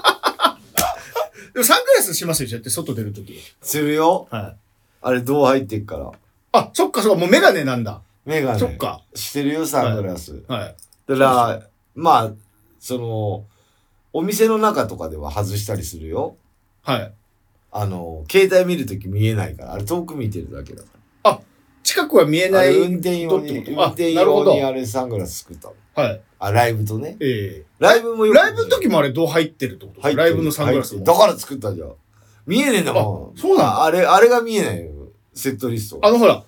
Speaker 2: ラスしますよ、だって外出るとき。
Speaker 1: するよ
Speaker 2: はい。
Speaker 1: あれ、どう入ってっから。
Speaker 2: あ、そっかそっか、もうメガネなんだ。
Speaker 1: メガネ。
Speaker 2: そっか。
Speaker 1: してるよ、サングラス。
Speaker 2: はい。
Speaker 1: だから、まあ、その、お店の中とかでは外したりするよ。
Speaker 2: はい。
Speaker 1: あの、携帯見るとき見えないから、あれ遠く見てるだけだから。
Speaker 2: 近くは見え
Speaker 1: あ
Speaker 2: な
Speaker 1: れ
Speaker 2: い。
Speaker 1: 運転用に、
Speaker 2: 人って
Speaker 1: 運
Speaker 2: ことあ
Speaker 1: 転
Speaker 2: なる
Speaker 1: 用
Speaker 2: ほど
Speaker 1: にあれサングラス作ったの。
Speaker 2: はい。
Speaker 1: あ、ライブとね。
Speaker 2: え
Speaker 1: ライブも
Speaker 2: え
Speaker 1: よ
Speaker 2: ライブの時もあれどう入ってるってこと
Speaker 1: 入ってる
Speaker 2: ライブのサングラス
Speaker 1: 入
Speaker 2: も
Speaker 1: ってるだから作ったじゃん。見えねえんだもん。
Speaker 2: あそうなの
Speaker 1: あれ、あれが見えないよ。セットリストが。
Speaker 2: あのほら、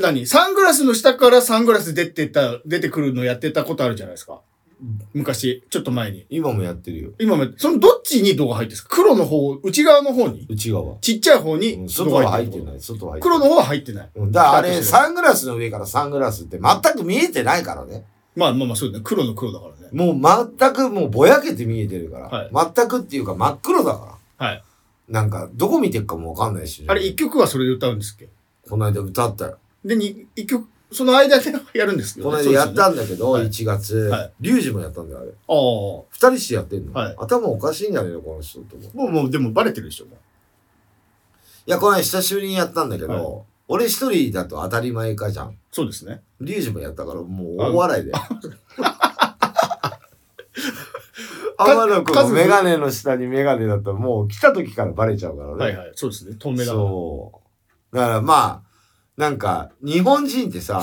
Speaker 2: 何サングラスの下からサングラス出てた、出てくるのやってたことあるじゃないですか。昔、ちょっと前に。
Speaker 1: 今もやってるよ。
Speaker 2: 今も、そのどっちに動画入ってるんですか黒の方、内側の方に
Speaker 1: 内側。
Speaker 2: ちっちゃい方
Speaker 1: う
Speaker 2: に
Speaker 1: ん外は入っ
Speaker 2: る
Speaker 1: てない。外は入ってない
Speaker 2: 黒の方は入ってない。
Speaker 1: うんだからあ
Speaker 2: 比較
Speaker 1: れ、
Speaker 2: して
Speaker 1: サングラスの上からサングラスって全く見えてないからね。
Speaker 2: まあまあまあそうだね。黒の黒だからね。
Speaker 1: もう全くもうぼやけて見えてるから。全くっていうか真っ黒だから。
Speaker 2: はい。
Speaker 1: なんか、どこ見てるかもわかんないし。
Speaker 2: あれ一曲はそれで歌うんですっけ
Speaker 1: この間歌ったよ。
Speaker 2: で、に一曲、その間でやるんですけ
Speaker 1: こ
Speaker 2: ど
Speaker 1: の
Speaker 2: ね、
Speaker 1: 間やっ
Speaker 2: あ
Speaker 1: たんだけど、
Speaker 2: はい
Speaker 1: 1月。
Speaker 2: はい
Speaker 1: リュウジもやったんだよ、あれ。
Speaker 2: あー。
Speaker 1: 二人してやってんの。
Speaker 2: はい
Speaker 1: 頭おかしいんじゃねえの、この人と思う。
Speaker 2: もう、もう、でもバレてるでしょ、もう
Speaker 1: いや、この間久しぶりにやったんだけど、
Speaker 2: は
Speaker 1: 俺一人だと当たり前かじゃん。
Speaker 2: そうですね。
Speaker 1: リュウジもやったから、もう大笑いだよ。 天野くんのメガネの下にメガネだともう来た時からバレちゃうからね。
Speaker 2: はいはい。そうですね。透明だから。
Speaker 1: そう。だからまあ、なんか、日本人ってさ、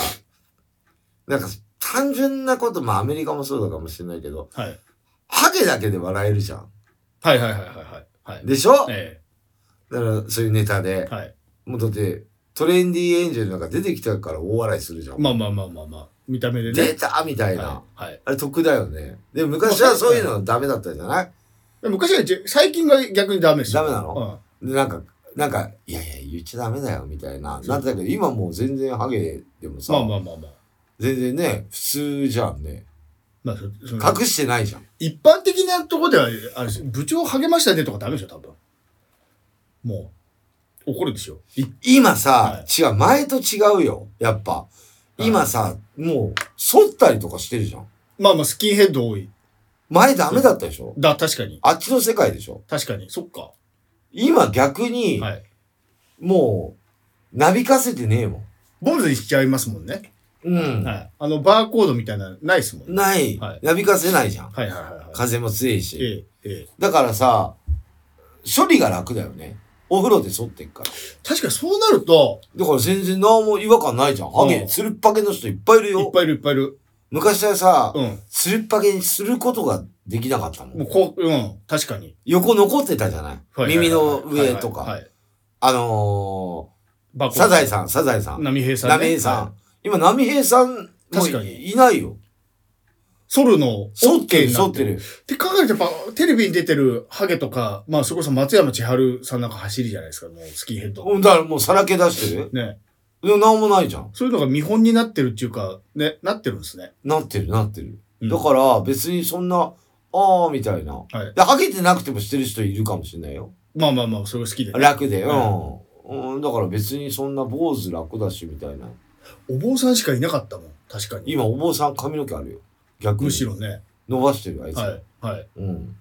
Speaker 1: なんか、単純なこと、まあアメリカもそうだかもしれないけど、
Speaker 2: はい。
Speaker 1: ハゲだけで笑えるじゃん。
Speaker 2: はいはいはいはいはい。はい。
Speaker 1: でしょ、
Speaker 2: え
Speaker 1: だからそういうネタで
Speaker 2: え。はい。
Speaker 1: もうだって、トレンディエンジェルなんか出てきたから大笑いするじゃん。
Speaker 2: まあまあまあまあまあ。見た目でね。
Speaker 1: 出たみたいな。
Speaker 2: はい。はい。
Speaker 1: あれ得だよね。で、昔はそういうのダメだったじゃない
Speaker 2: でも昔は一、最近が逆にダメですよ。
Speaker 1: ダメなの
Speaker 2: うん
Speaker 1: で、なんか、なんか、いやいや、言っちゃダメだよ、みたいな。なんだけど、今もう全然ハゲでもさ、
Speaker 2: まあまあまあまあ。
Speaker 1: 全然ね、普通じゃんね。
Speaker 2: まあ、そその
Speaker 1: 隠してないじゃん。
Speaker 2: 一般的なとこでは、あれですよ部長励ましたねとかダメでしょ、多分。もう、怒るでしょ。い
Speaker 1: 今さ
Speaker 2: は、
Speaker 1: 違う、前と違うよ、やっぱ。今さ、もう、反ったりとかしてるじゃん。
Speaker 2: まあまあ、スキンヘッド多い。
Speaker 1: 前ダメだったでしょ
Speaker 2: だ、確かに。
Speaker 1: あっちの世界でしょ
Speaker 2: 確かに。そっか。
Speaker 1: 今逆に、
Speaker 2: はい。
Speaker 1: もう、なびかせてねえもん。
Speaker 2: ボムにしちゃいますもんね。
Speaker 1: うん。
Speaker 2: はい。あの、バーコードみたいなのないですもんね。
Speaker 1: ない、
Speaker 2: はい
Speaker 1: なびかせないじゃん。
Speaker 2: はいはいはいはい。
Speaker 1: 風も強いし。
Speaker 2: ええ、ええ。
Speaker 1: だからさ、処理が楽だよね。お風呂で剃ってっから。
Speaker 2: 確かにそうなると、
Speaker 1: だから全然何も違和感ないじゃん。ハ
Speaker 2: う
Speaker 1: ゲ、
Speaker 2: ん
Speaker 1: つるっぱげの人いっぱいいる
Speaker 2: いっ
Speaker 1: よ。
Speaker 2: ぱいいるいっぱいいる。
Speaker 1: 昔はさ、
Speaker 2: うん。
Speaker 1: つるっぱげにすることができなかったも。
Speaker 2: もうんこう、うん。確かに。
Speaker 1: 横残ってたじゃない。
Speaker 2: はい
Speaker 1: 耳の上と
Speaker 2: はいはい
Speaker 1: か。
Speaker 2: はい。
Speaker 1: あの
Speaker 2: バ
Speaker 1: ー、サザエさん、サザエさん。
Speaker 2: 波平さん、ね。
Speaker 1: ナミヘさ
Speaker 2: はい
Speaker 1: ん。今、ナミヘさんも
Speaker 2: 確かに
Speaker 1: いいないよ。
Speaker 2: ソルの
Speaker 1: 剃ってる、
Speaker 2: OK に
Speaker 1: 剃
Speaker 2: な
Speaker 1: って。る。
Speaker 2: って考えると、やっぱ、テレビに出てるハゲとか、まあ、それこそ松山千春さんなんか走りじゃないですか、もうスキンヘッド。
Speaker 1: うんだからもうさらけ出してる。
Speaker 2: ね。
Speaker 1: でも何もないじゃん。
Speaker 2: そういうのが見本になってるっていうか、ね、なってるんですね。
Speaker 1: なってる、なってる。
Speaker 2: うん
Speaker 1: だから別にそんな、ああ、みたいな。
Speaker 2: はい。
Speaker 1: で、ハゲてなくてもしてる人いるかもしれないよ。
Speaker 2: まあまあまあ、それが好きで、ね。
Speaker 1: 楽で、うん。うん、だから別にそんな坊主楽だし、みたいな。
Speaker 2: お坊さんしかいなかったもん、確かに。
Speaker 1: 今、お坊さん髪の毛あるよ。逆に
Speaker 2: む。しろね。
Speaker 1: 伸ばしてる、あいつ。
Speaker 2: はい。はい。
Speaker 1: うん。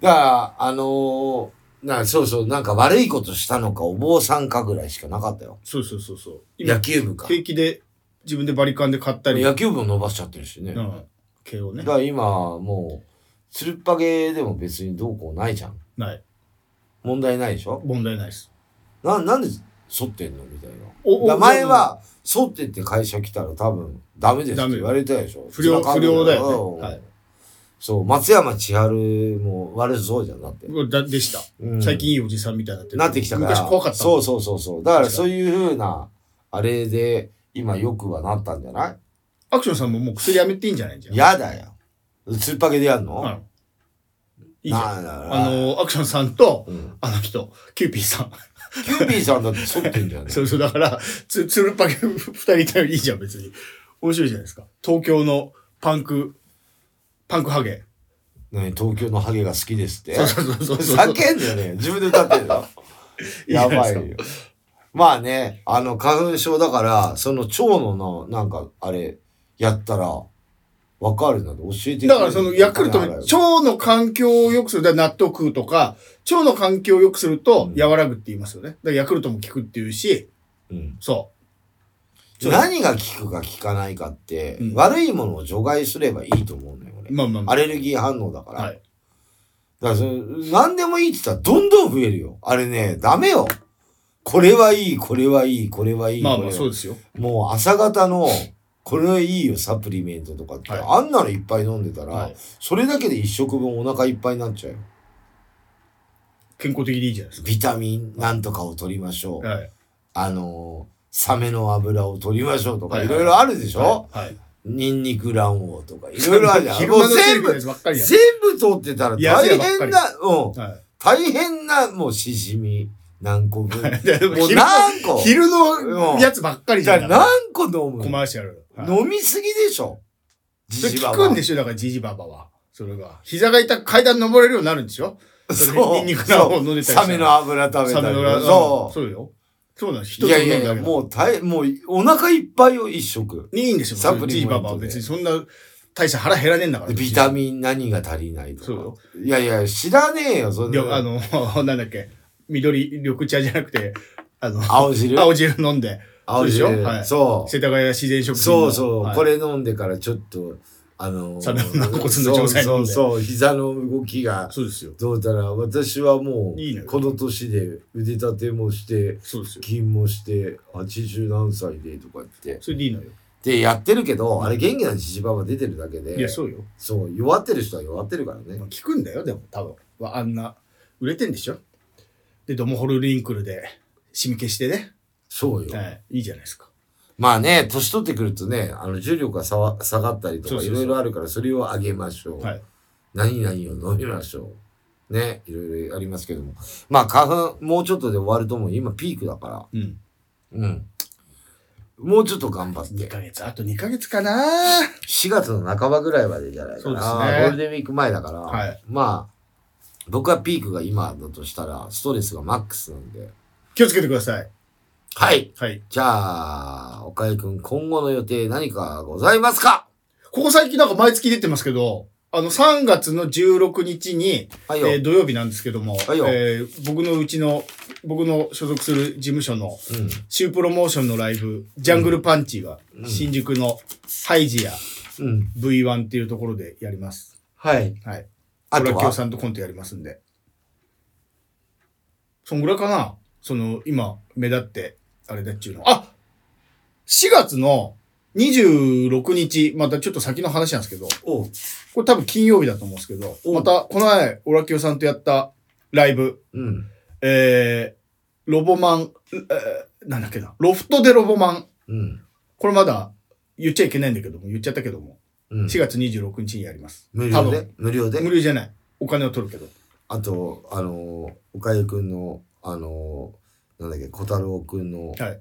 Speaker 1: だから、あのーな、そうそう、なんか悪いことしたのか、お坊さんかぐらいしかなかったよ。
Speaker 2: そうそうそうそう。今
Speaker 1: 野、球部か。
Speaker 2: 平気で自分でバリカンで買ったり、
Speaker 1: 野球部も伸ばしちゃってるしね。
Speaker 2: う
Speaker 1: だ
Speaker 2: ん。系をね。
Speaker 1: から今、もう、つるっぱげでも別にどうこうないじゃん。
Speaker 2: ない。
Speaker 1: 問題ないでしょ
Speaker 2: 問題ないです。
Speaker 1: な、なんで剃ってんのみたい
Speaker 2: おお
Speaker 1: な。だ前は、剃ってって会社来たら多分、ダメですって言われたでしょ。
Speaker 2: 不良、
Speaker 1: 辛かった
Speaker 2: 不良だよ
Speaker 1: うん
Speaker 2: ね。はい。
Speaker 1: そう、松山千春も悪そうじゃんなって。
Speaker 2: うわだでした。
Speaker 1: うん
Speaker 2: 最近いいおじさんみたいになってる
Speaker 1: なってきたから。
Speaker 2: 昔怖かったも
Speaker 1: そ
Speaker 2: ん。
Speaker 1: うそうそうそう。だからそういうふうな、あれで、今よくはなったんじゃない
Speaker 2: アクションさんももう薬やめていいんじゃないんじゃん。
Speaker 1: やだよ。つっぱげでやんの、
Speaker 2: うん。いいじゃん。
Speaker 1: なんだろう
Speaker 2: あの、アクションさんと、
Speaker 1: うん
Speaker 2: あの人、キューピーさん。
Speaker 1: キューピーさんだって剃ってんじゃんね。
Speaker 2: そうそう、だから、つ、つるっぱげ二人いたらいいじゃん、別に。面白いじゃないですか。東京のパンク、パンクハゲ。
Speaker 1: 何東京のハゲが好きですって。
Speaker 2: そうそうそうそうそう。
Speaker 1: 叫んだよね。自分で歌ってん だ。
Speaker 2: いいじゃ
Speaker 1: や
Speaker 2: ない
Speaker 1: ば
Speaker 2: です
Speaker 1: い
Speaker 2: か
Speaker 1: よ。まあね、あの、花粉症だから、その腸のの、なんか、あれ、やったら、わかるので教えてくれる
Speaker 2: だからそのヤクルトの腸の環境を良くする、だから納豆とか、腸の環境を良くすると和らぐって言いますよね。だからヤクルトも効くっていうし、
Speaker 1: うん
Speaker 2: そ
Speaker 1: 何が効くか効かないかって、
Speaker 2: うん
Speaker 1: 悪いものを除外すればいいと思うのよ、
Speaker 2: う。
Speaker 1: 俺。
Speaker 2: まあまあまあ。
Speaker 1: アレルギー反応だから。
Speaker 2: はい
Speaker 1: だからその、何でもいいって言ったらどんどん増えるよ。あれね、ダメよ。これはいい、これはいい、これはいい。
Speaker 2: まあ
Speaker 1: こ
Speaker 2: まあ
Speaker 1: れはいい
Speaker 2: そうですよ。
Speaker 1: もう朝方の、これいいよ、サプリメントとかって、
Speaker 2: はい
Speaker 1: あんなのいっぱい飲んでたら、
Speaker 2: はい
Speaker 1: それだけで一食分お腹いっぱいになっちゃうよ。
Speaker 2: 健康的でいいじゃないです
Speaker 1: ビタミンなんとかを取りましょう。
Speaker 2: か。はい。
Speaker 1: あのーサメの油を取りましょうとか、
Speaker 2: はい
Speaker 1: い
Speaker 2: はい
Speaker 1: ろいろあるでしょ、
Speaker 2: はい。
Speaker 1: ニンニク卵黄とか、いろいろあるじゃん。
Speaker 2: 昼
Speaker 1: も
Speaker 2: 間
Speaker 1: う
Speaker 2: のテ
Speaker 1: 全
Speaker 2: レビの
Speaker 1: 部
Speaker 2: や、つばっかりや
Speaker 1: 全部取ってたら
Speaker 2: や
Speaker 1: 大
Speaker 2: べえば
Speaker 1: 変
Speaker 2: っかり
Speaker 1: な、うん。
Speaker 2: ん。はい
Speaker 1: 大変な、もうしじみ、何個分。
Speaker 2: いやでも
Speaker 1: もう
Speaker 2: 昼の
Speaker 1: 何個
Speaker 2: 昼のやつばっかり
Speaker 1: じ
Speaker 2: じゃ
Speaker 1: ゃあ
Speaker 2: ん。
Speaker 1: 何個飲む
Speaker 2: コマーシャル。はい
Speaker 1: 飲みすぎでしょ。
Speaker 2: それ
Speaker 1: じじば
Speaker 2: 聞
Speaker 1: ば
Speaker 2: くんでしょだからジジババは。それが。膝が痛く階段登れるようになるんでしょそれ
Speaker 1: そう。
Speaker 2: ニンニク卵黄飲んでたりしたら
Speaker 1: サメの油食べ
Speaker 2: サ
Speaker 1: た
Speaker 2: メ
Speaker 1: り
Speaker 2: のラ
Speaker 1: そ
Speaker 2: そうよ。そうなんです。
Speaker 1: う。いやいやいや、
Speaker 2: う。
Speaker 1: もう大、もうお腹いっぱいよ、一食。
Speaker 2: いいんですよ。
Speaker 1: サ
Speaker 2: サ
Speaker 1: プ
Speaker 2: プ
Speaker 1: リメ
Speaker 2: リ
Speaker 1: ントで
Speaker 2: ババは別にそんな大した腹減らねえんだから。
Speaker 1: でビタミン何が足りないと
Speaker 2: そ
Speaker 1: か。いやいや、知らねえよ、そん
Speaker 2: りょ
Speaker 1: な。
Speaker 2: あの、 なんだっけ。緑、緑茶じゃなくて、あの、
Speaker 1: 青汁
Speaker 2: 青汁飲んで。
Speaker 1: 青汁
Speaker 2: そうでしょはい
Speaker 1: そう。
Speaker 2: 世田谷自然食品
Speaker 1: そ
Speaker 2: の。
Speaker 1: うそう、
Speaker 2: はい
Speaker 1: こ。れ飲んでからちょっと、あのー、
Speaker 2: サメの軟骨の調査に
Speaker 1: そ
Speaker 2: 飲ん
Speaker 1: う
Speaker 2: で
Speaker 1: そうそう、膝の動きが、
Speaker 2: そうですよ。
Speaker 1: どうたら、私はも
Speaker 2: いいね
Speaker 1: う、この年で腕立てもして、
Speaker 2: そうですよ。
Speaker 1: 筋もして、80何歳でとかって、
Speaker 2: それでいいのよ。
Speaker 1: で、やってるけど、あれ元気なジジババ出てるだけで、
Speaker 2: いや、そうよ。
Speaker 1: そう、弱ってる人は弱ってるからね
Speaker 2: まあ。聞くんだよ、でも、多分。わあんな、売れてんでしょで、ドモホルリンクルで、染み消してね。
Speaker 1: そうよ。
Speaker 2: はい。いいじゃないですか。
Speaker 1: まあね、年取ってくるとね、あの、重力がさわ下がったりと
Speaker 2: そう
Speaker 1: か、
Speaker 2: そ
Speaker 1: い
Speaker 2: うそう
Speaker 1: ろいろあるから、それを上げましょう。
Speaker 2: はい。
Speaker 1: 何々を飲みましょう。ね、いろいろありますけども。まあ、花粉、もうちょっとで終わると思う。今、ピークだから。
Speaker 2: うん。
Speaker 1: うん。もうちょっと頑張っ
Speaker 2: 2
Speaker 1: て。
Speaker 2: ヶ月、あと2ヶ月かな
Speaker 1: 4月の半ばぐらいまでじゃないかな。
Speaker 2: そうですね
Speaker 1: ゴールデンウィーク前だから。
Speaker 2: はい
Speaker 1: まあ、僕はピークが今だとしたら、ストレスがマックスなんで。
Speaker 2: 気をつけてください。
Speaker 1: はい。
Speaker 2: はい。
Speaker 1: じゃあ、岡井くん、今後の予定何かございますか
Speaker 2: ここ最近なんか毎月出てますけど、あの、3月の16日に、
Speaker 1: はいよ。
Speaker 2: えー土曜日なんですけども、
Speaker 1: はいよ
Speaker 2: えー僕のうちの、僕の所属する事務所の、
Speaker 1: うん。
Speaker 2: シュープロモーションのライブ、ジャングルパンチが、
Speaker 1: うん
Speaker 2: 新宿のハイジや
Speaker 1: うん。
Speaker 2: V1 っていうところでやります。
Speaker 1: はい。
Speaker 2: はい。
Speaker 1: あ
Speaker 2: トラ
Speaker 1: と
Speaker 2: キオ
Speaker 1: は、
Speaker 2: さんとコントやりますんで。そんぐらいかなその、今、目立って、あれだっちゅうの。あ !4 月の26日、またちょっと先の話なんですけど、
Speaker 1: おう
Speaker 2: これ多分金曜日だと思うんですけど、
Speaker 1: お
Speaker 2: また、この前、オラキオさんとやったライブ、
Speaker 1: うん。
Speaker 2: えー、ロボマン、えー、なんだっけな、ロフトでロボマン。
Speaker 1: うん。
Speaker 2: これまだ言っちゃいけないんだけども、言っちゃったけども、
Speaker 1: うん。
Speaker 2: 4月26日にやります。
Speaker 1: 無
Speaker 2: 多
Speaker 1: 料で
Speaker 2: 分。
Speaker 1: 無料で。
Speaker 2: 無料じゃない。お金を取るけど。
Speaker 1: あと、あの、岡井くんの、あの、なんだっけ、小太郎くんの、
Speaker 2: はい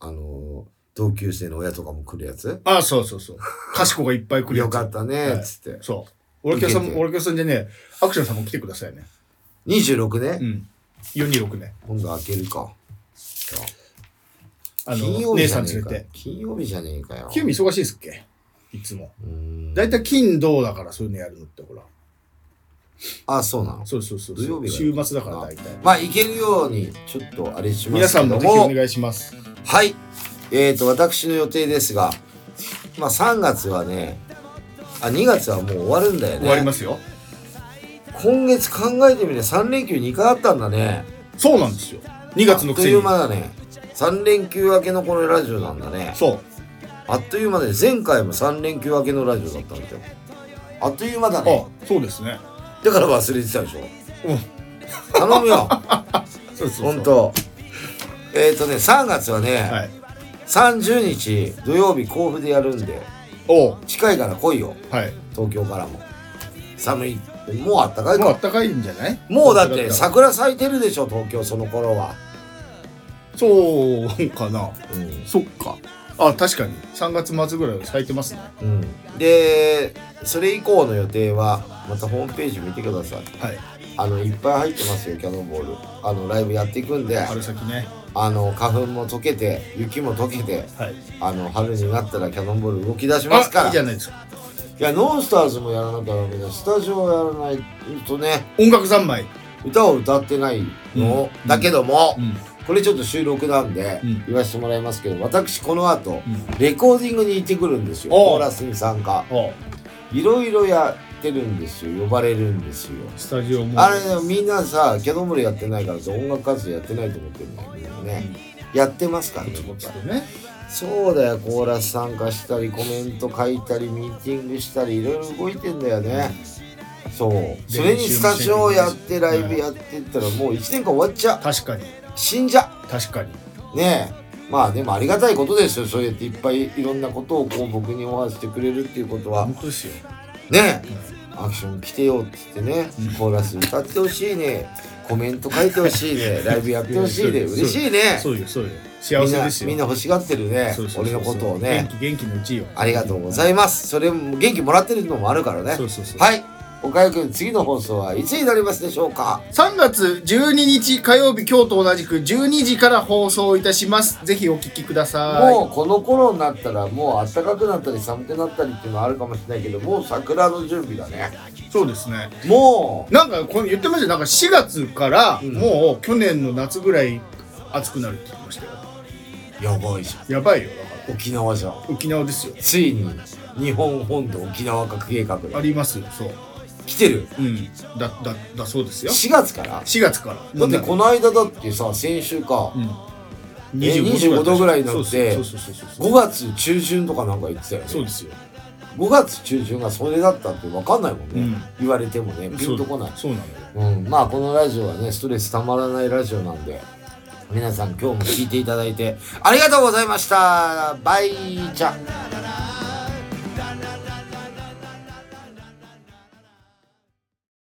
Speaker 1: あの、同級生の親とかも来るやつ
Speaker 2: ああ、そうそうそう。かしこがいっぱい来るや
Speaker 1: よ
Speaker 2: つ
Speaker 1: かったね、
Speaker 2: はい
Speaker 1: つって。
Speaker 2: そう。オラキオさん
Speaker 1: いけ
Speaker 2: も、
Speaker 1: て
Speaker 2: オラキオさんじゃねえ、アクションさんも来てくださいね。
Speaker 1: 26ね、
Speaker 2: うん。426ね。
Speaker 1: 今度開けるか。
Speaker 2: あ
Speaker 1: 金
Speaker 2: の、
Speaker 1: 曜日
Speaker 2: 姉
Speaker 1: じ
Speaker 2: さ
Speaker 1: ゃ
Speaker 2: ん
Speaker 1: ねえ
Speaker 2: 連れ
Speaker 1: か
Speaker 2: て。。
Speaker 1: 金曜日じゃねえかよ。
Speaker 2: キューミ忙しいっすっけいつも。
Speaker 1: うーん
Speaker 2: だいたい金、銅だからそういうのやるのって、ほら。
Speaker 1: あ、そうなの。
Speaker 2: そうそうそう
Speaker 1: 土
Speaker 2: そ
Speaker 1: 曜
Speaker 2: う。
Speaker 1: 日が
Speaker 2: 週末だから大体。
Speaker 1: まあ、行けるように、ちょっとあれしま
Speaker 2: 皆
Speaker 1: す
Speaker 2: さ
Speaker 1: け
Speaker 2: ん
Speaker 1: ど
Speaker 2: もぜひお
Speaker 1: も。
Speaker 2: 願いします。
Speaker 1: はい。えっ、ー、と、私の予定ですが、まあ、3月はね、あ、2月はもう終わるんだよね。
Speaker 2: 終わりますよ。
Speaker 1: 今月考えてみれば3連休2回あったんだね
Speaker 2: そうなんですよ。2月の
Speaker 1: あっ
Speaker 2: く
Speaker 1: と
Speaker 2: せ
Speaker 1: いう
Speaker 2: に。
Speaker 1: 間だね3連休明けのこのラジオなんだね
Speaker 2: そう。
Speaker 1: あっという間で前回も3連休明けのラジオだったんですよあっという間だね
Speaker 2: あ、そうですね。
Speaker 1: だから忘れてたでしょ
Speaker 2: うん。
Speaker 1: 頼むよ
Speaker 2: そうそうそう
Speaker 1: 本当えっ、ー、とね3月はね、
Speaker 2: はい。
Speaker 1: 30日土曜日甲府でやるんで
Speaker 2: おう
Speaker 1: 近いから来いよ
Speaker 2: はい。東
Speaker 1: 東京からも寒いもうあったかい
Speaker 2: 京。もうあ
Speaker 1: か
Speaker 2: ったかいんじゃない
Speaker 1: もうだって
Speaker 2: さ
Speaker 1: 桜咲いてるでしょ東京その頃は、
Speaker 2: そうかな。
Speaker 1: うん、
Speaker 2: そっか。あ、確かに。3月末ぐらいは咲いてますね。
Speaker 1: うん、でそれ以降の予定はまたホームページ見てください
Speaker 2: はい。
Speaker 1: あのいっぱい入ってますよキャノンボールあのライブやっていくんで
Speaker 2: 春先ね。
Speaker 1: あの花粉も溶けて雪も溶けて
Speaker 2: はい。
Speaker 1: あの春になったらキャノンボール動き出しますか
Speaker 2: あ、い
Speaker 1: ら
Speaker 2: いじゃないですか。
Speaker 1: いやノンスターズもやらなきゃダメだスタジオはやらないとね
Speaker 2: 音楽三昧。
Speaker 1: 歌を歌ってないの、
Speaker 2: うん
Speaker 1: だけども、
Speaker 2: ん。
Speaker 1: これちょっと収録なんで
Speaker 2: うん
Speaker 1: 言わせてもらいますけど私この後
Speaker 2: うん。
Speaker 1: レコーディングに行ってくるんですよ
Speaker 2: おう
Speaker 1: コーラスに参加
Speaker 2: お
Speaker 1: いろいろやってるんですよ呼ばれるんですよ
Speaker 2: スタジオも。
Speaker 1: あれみんなさキャノンボールやってないからさ音楽活動やってないと思ってるんだけどね、やってますから
Speaker 2: コ
Speaker 1: ね
Speaker 2: ツコツとね。
Speaker 1: そうだよコーラス参加したりコメント書いたりミーティングしたりいろいろ動いてんだよねそうそれにスタジオやってライブやってったらもう1年間終わっちゃ
Speaker 2: 確かに。
Speaker 1: う死んじゃ
Speaker 2: 確かに。
Speaker 1: うねえまあでもありがたいことですよそうやっていっぱいいろんなことをこう僕にオファーしてくれるっていうことは
Speaker 2: 本当ですよ。
Speaker 1: ねアクション来てよって言ってね、
Speaker 2: うん
Speaker 1: コーラス歌ってほしいねコメント書いてほしいねライブやってほしいね
Speaker 2: そう
Speaker 1: 嬉しいね
Speaker 2: そうよ、そうよ。
Speaker 1: み
Speaker 2: 幸
Speaker 1: ん
Speaker 2: せ
Speaker 1: な
Speaker 2: ですよ。
Speaker 1: みんな欲しがってるね
Speaker 2: そうそうそう
Speaker 1: 俺
Speaker 2: そう
Speaker 1: のことをね
Speaker 2: 元気、元気のうちよ。
Speaker 1: ありがとうございますそれも元気もらってるのもあるからね
Speaker 2: そうそうそう。
Speaker 1: はい岡井君次の放送はいつになりますでしょうか
Speaker 3: 3月12日火曜日今日と同じく12時から放送いたしますぜひお聞きください
Speaker 1: もうこの頃になったらもう暖かくなったり寒くなったりっていうのはあるかもしれないけどもう桜の準備だね
Speaker 2: そうですね。
Speaker 1: もう
Speaker 2: なんかこの言ってましたよなんか4月から
Speaker 1: うん
Speaker 2: もう去年の夏ぐらい暑くなるって言ってましたよ
Speaker 1: やばいじ
Speaker 2: やばいよだか
Speaker 1: ゃん沖縄じゃん
Speaker 2: ら沖縄ですよ
Speaker 1: ついに日本本土沖縄化計画
Speaker 2: ありますよそう
Speaker 1: 来てる
Speaker 2: うんだだだそうですよ
Speaker 1: 4月から
Speaker 2: 4月から
Speaker 1: だってこ
Speaker 2: の
Speaker 1: の間だってさ先週か
Speaker 2: うん
Speaker 1: え25度ぐらいになって
Speaker 2: そうそうそうそうそう
Speaker 1: 5月中旬とかなんか言ってたよね
Speaker 2: そうですよ
Speaker 1: 5月中旬がそれだったって分かんないもんね、
Speaker 2: うん
Speaker 1: 言われてもねピンとこない
Speaker 2: そうそうなのよ
Speaker 1: うん、まあこのラジオはねストレスたまらないラジオなんで皆さん今日も聞いていただいてありがとうございましたバイチャ
Speaker 4: 「